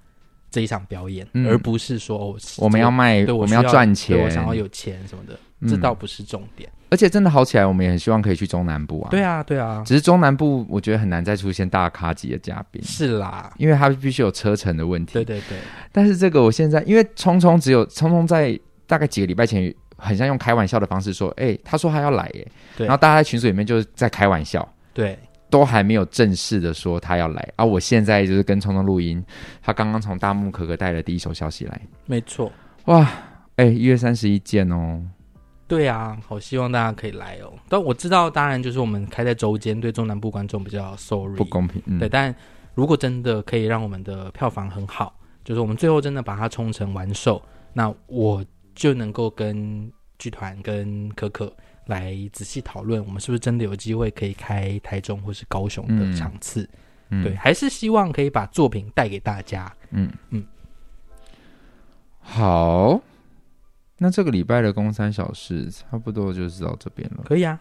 [SPEAKER 1] 这一场表演，
[SPEAKER 2] 嗯
[SPEAKER 1] 而不是说哦
[SPEAKER 2] 我们要卖，
[SPEAKER 1] 对
[SPEAKER 2] 我
[SPEAKER 1] 需
[SPEAKER 2] 们要赚钱，
[SPEAKER 1] 对我想要有钱什么的，
[SPEAKER 2] 嗯
[SPEAKER 1] 这倒不是重点。
[SPEAKER 2] 而且真的好起来，我们也很希望可以去中南部啊。
[SPEAKER 1] 对
[SPEAKER 2] 啊，
[SPEAKER 1] 啊，对啊，
[SPEAKER 2] 只是中南部我觉得很难再出现大咖级的嘉宾，
[SPEAKER 1] 是啦，
[SPEAKER 2] 因为他必须有车程的问题。
[SPEAKER 1] 对对对。
[SPEAKER 2] 但是这个我现在，因为聪聪只有聪聪在大概几个礼拜前，很像用开玩笑的方式说：“哎、他说他要来耶。”
[SPEAKER 1] 对
[SPEAKER 2] 然后大家在群组里面就是在开玩笑。
[SPEAKER 1] 对，
[SPEAKER 2] 都还没有正式的说他要来啊！我现在就是跟聪聪录音，他刚刚从大木可可带了第一手消息来，
[SPEAKER 1] 没错，
[SPEAKER 2] 哇！哎、一月三十一见哦，
[SPEAKER 1] 对啊，好希望大家可以来哦。但我知道，当然就是我们开在周间，对中南部观众比较 sorry，
[SPEAKER 2] 不公平。嗯、
[SPEAKER 1] 对。但如果真的可以让我们的票房很好，就是我们最后真的把它冲成完售，那我就能够跟剧团跟可可来仔细讨论，我们是不是真的有机会可以开台中或是高雄的
[SPEAKER 2] 嗯
[SPEAKER 1] 场次。
[SPEAKER 2] 嗯
[SPEAKER 1] 对，，还是希望可以把作品带给大家。
[SPEAKER 2] 嗯
[SPEAKER 1] 嗯
[SPEAKER 2] 嗯，好，那这个礼拜的公三小事差不多就是到这边了。
[SPEAKER 1] 可以啊，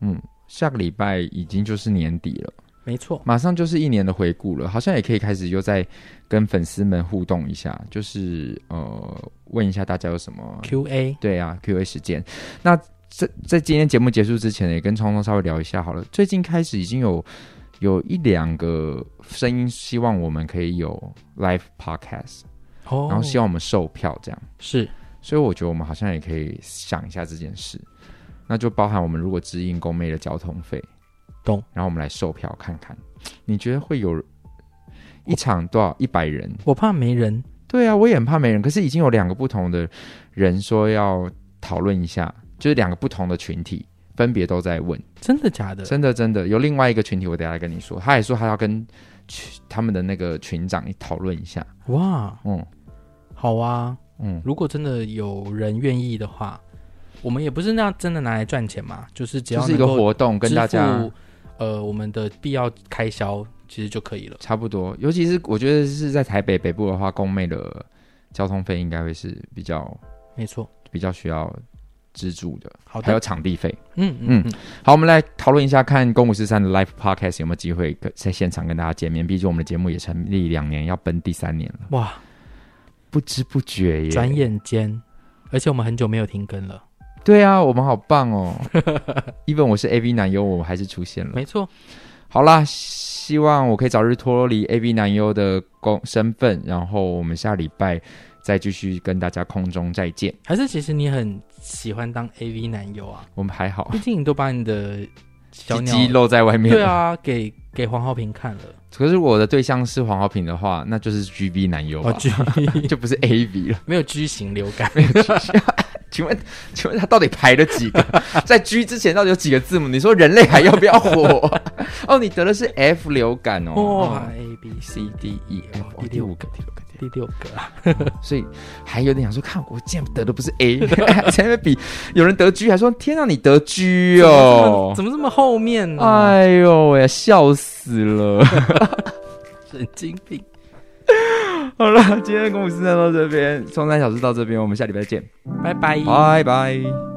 [SPEAKER 2] 嗯，下个礼拜已经就是年底了，
[SPEAKER 1] 没错，
[SPEAKER 2] 马上就是一年的回顾了，好像也可以开始又在跟粉丝们互动一下，就是呃问一下大家有什么
[SPEAKER 1] Q&A
[SPEAKER 2] 对啊 Q&A 时间。那在在今天节目结束之前呢，也跟聪聪稍微聊一下好了。最近开始已经有有一两个声音希望我们可以有 live podcast。
[SPEAKER 1] 哦，
[SPEAKER 2] 然后希望我们售票这样。
[SPEAKER 1] 是
[SPEAKER 2] 所以我觉得我们好像也可以想一下这件事，那就包含我们如果支应公妹的交通费，
[SPEAKER 1] 懂，
[SPEAKER 2] 然后我们来售票看看，你觉得会有一场多少一百人？
[SPEAKER 1] 我怕没人，
[SPEAKER 2] 对啊，我也很怕没人，可是已经有两个不同的人说要讨论一下，就是两个不同的群体。分别都在问，
[SPEAKER 1] 真的假的？
[SPEAKER 2] 真的真的有另外一个群体，我等一下来跟你说。他也说他要跟群他们的那个群长讨论一下，
[SPEAKER 1] 哇，
[SPEAKER 2] 嗯
[SPEAKER 1] 好啊！
[SPEAKER 2] 嗯，
[SPEAKER 1] 如果真的有人愿意的话，我们也不是那样真的拿来赚钱嘛，就是只
[SPEAKER 2] 就
[SPEAKER 1] 要
[SPEAKER 2] 是一个
[SPEAKER 1] 能够
[SPEAKER 2] 活动跟
[SPEAKER 1] 支
[SPEAKER 2] 大家
[SPEAKER 1] 付呃我们的必要开销其实就可以了。
[SPEAKER 2] 差不多，尤其是我觉得是在台北北部的话，公妹的交通费应该会是比较
[SPEAKER 1] 没错，
[SPEAKER 2] 比较需要资助的，
[SPEAKER 1] 好
[SPEAKER 2] 还有
[SPEAKER 1] 的，
[SPEAKER 2] 场地费。
[SPEAKER 1] 嗯嗯嗯，
[SPEAKER 2] 好，我们来讨论一下，看公五十三的 Live Podcast 有没有机会跟在现场跟大家见面。毕竟我们的节目也成立两年，要奔第三年了，
[SPEAKER 1] 哇，
[SPEAKER 2] 不知不觉耶！
[SPEAKER 1] 转眼间，而且我们很久没有停更了，
[SPEAKER 2] 对啊，我们好 棒哦！even 我是 AV 男优，我还是出现了。
[SPEAKER 1] 没错，
[SPEAKER 2] 好啦，希望我可以早日脱离 AV 男优的工身份，然后我们下礼拜再继续跟大家空中再见。
[SPEAKER 1] 还是其实你很喜欢当 AV 男友啊，
[SPEAKER 2] 我们还好
[SPEAKER 1] 毕，竟你都把你的小
[SPEAKER 2] 鸡
[SPEAKER 1] 鸟
[SPEAKER 2] 鸡露在外面。
[SPEAKER 1] 对，啊给给黄浩平看了，
[SPEAKER 2] 可是我的对象是黄浩平的话，那就是 GB 男优吧
[SPEAKER 1] 哦，G
[SPEAKER 2] 就不是 AV 了。
[SPEAKER 1] 没有 G 型流感，
[SPEAKER 2] 请问，请问他到底排了几个？ 在 G 之前到底有几个字母？你说人类还要不要活？ 哦，你得的是 F 流感哦。
[SPEAKER 1] 哇，A B C
[SPEAKER 2] C D E F，
[SPEAKER 1] 哦
[SPEAKER 2] 哦，第五个，第六个，第六
[SPEAKER 1] 第六个啊，
[SPEAKER 2] 个，所以还有点想说，看我竟然得的不是 A，前面比有人得 G，还说天啊，你得 G 哦，
[SPEAKER 1] 怎么这么后面呢、
[SPEAKER 2] 哎呦喂，笑死了。
[SPEAKER 1] 神经病。
[SPEAKER 2] 好了，今天的公五四三到这边，中山小事到这边，我们下礼拜见，
[SPEAKER 1] 拜拜。
[SPEAKER 2] 拜拜。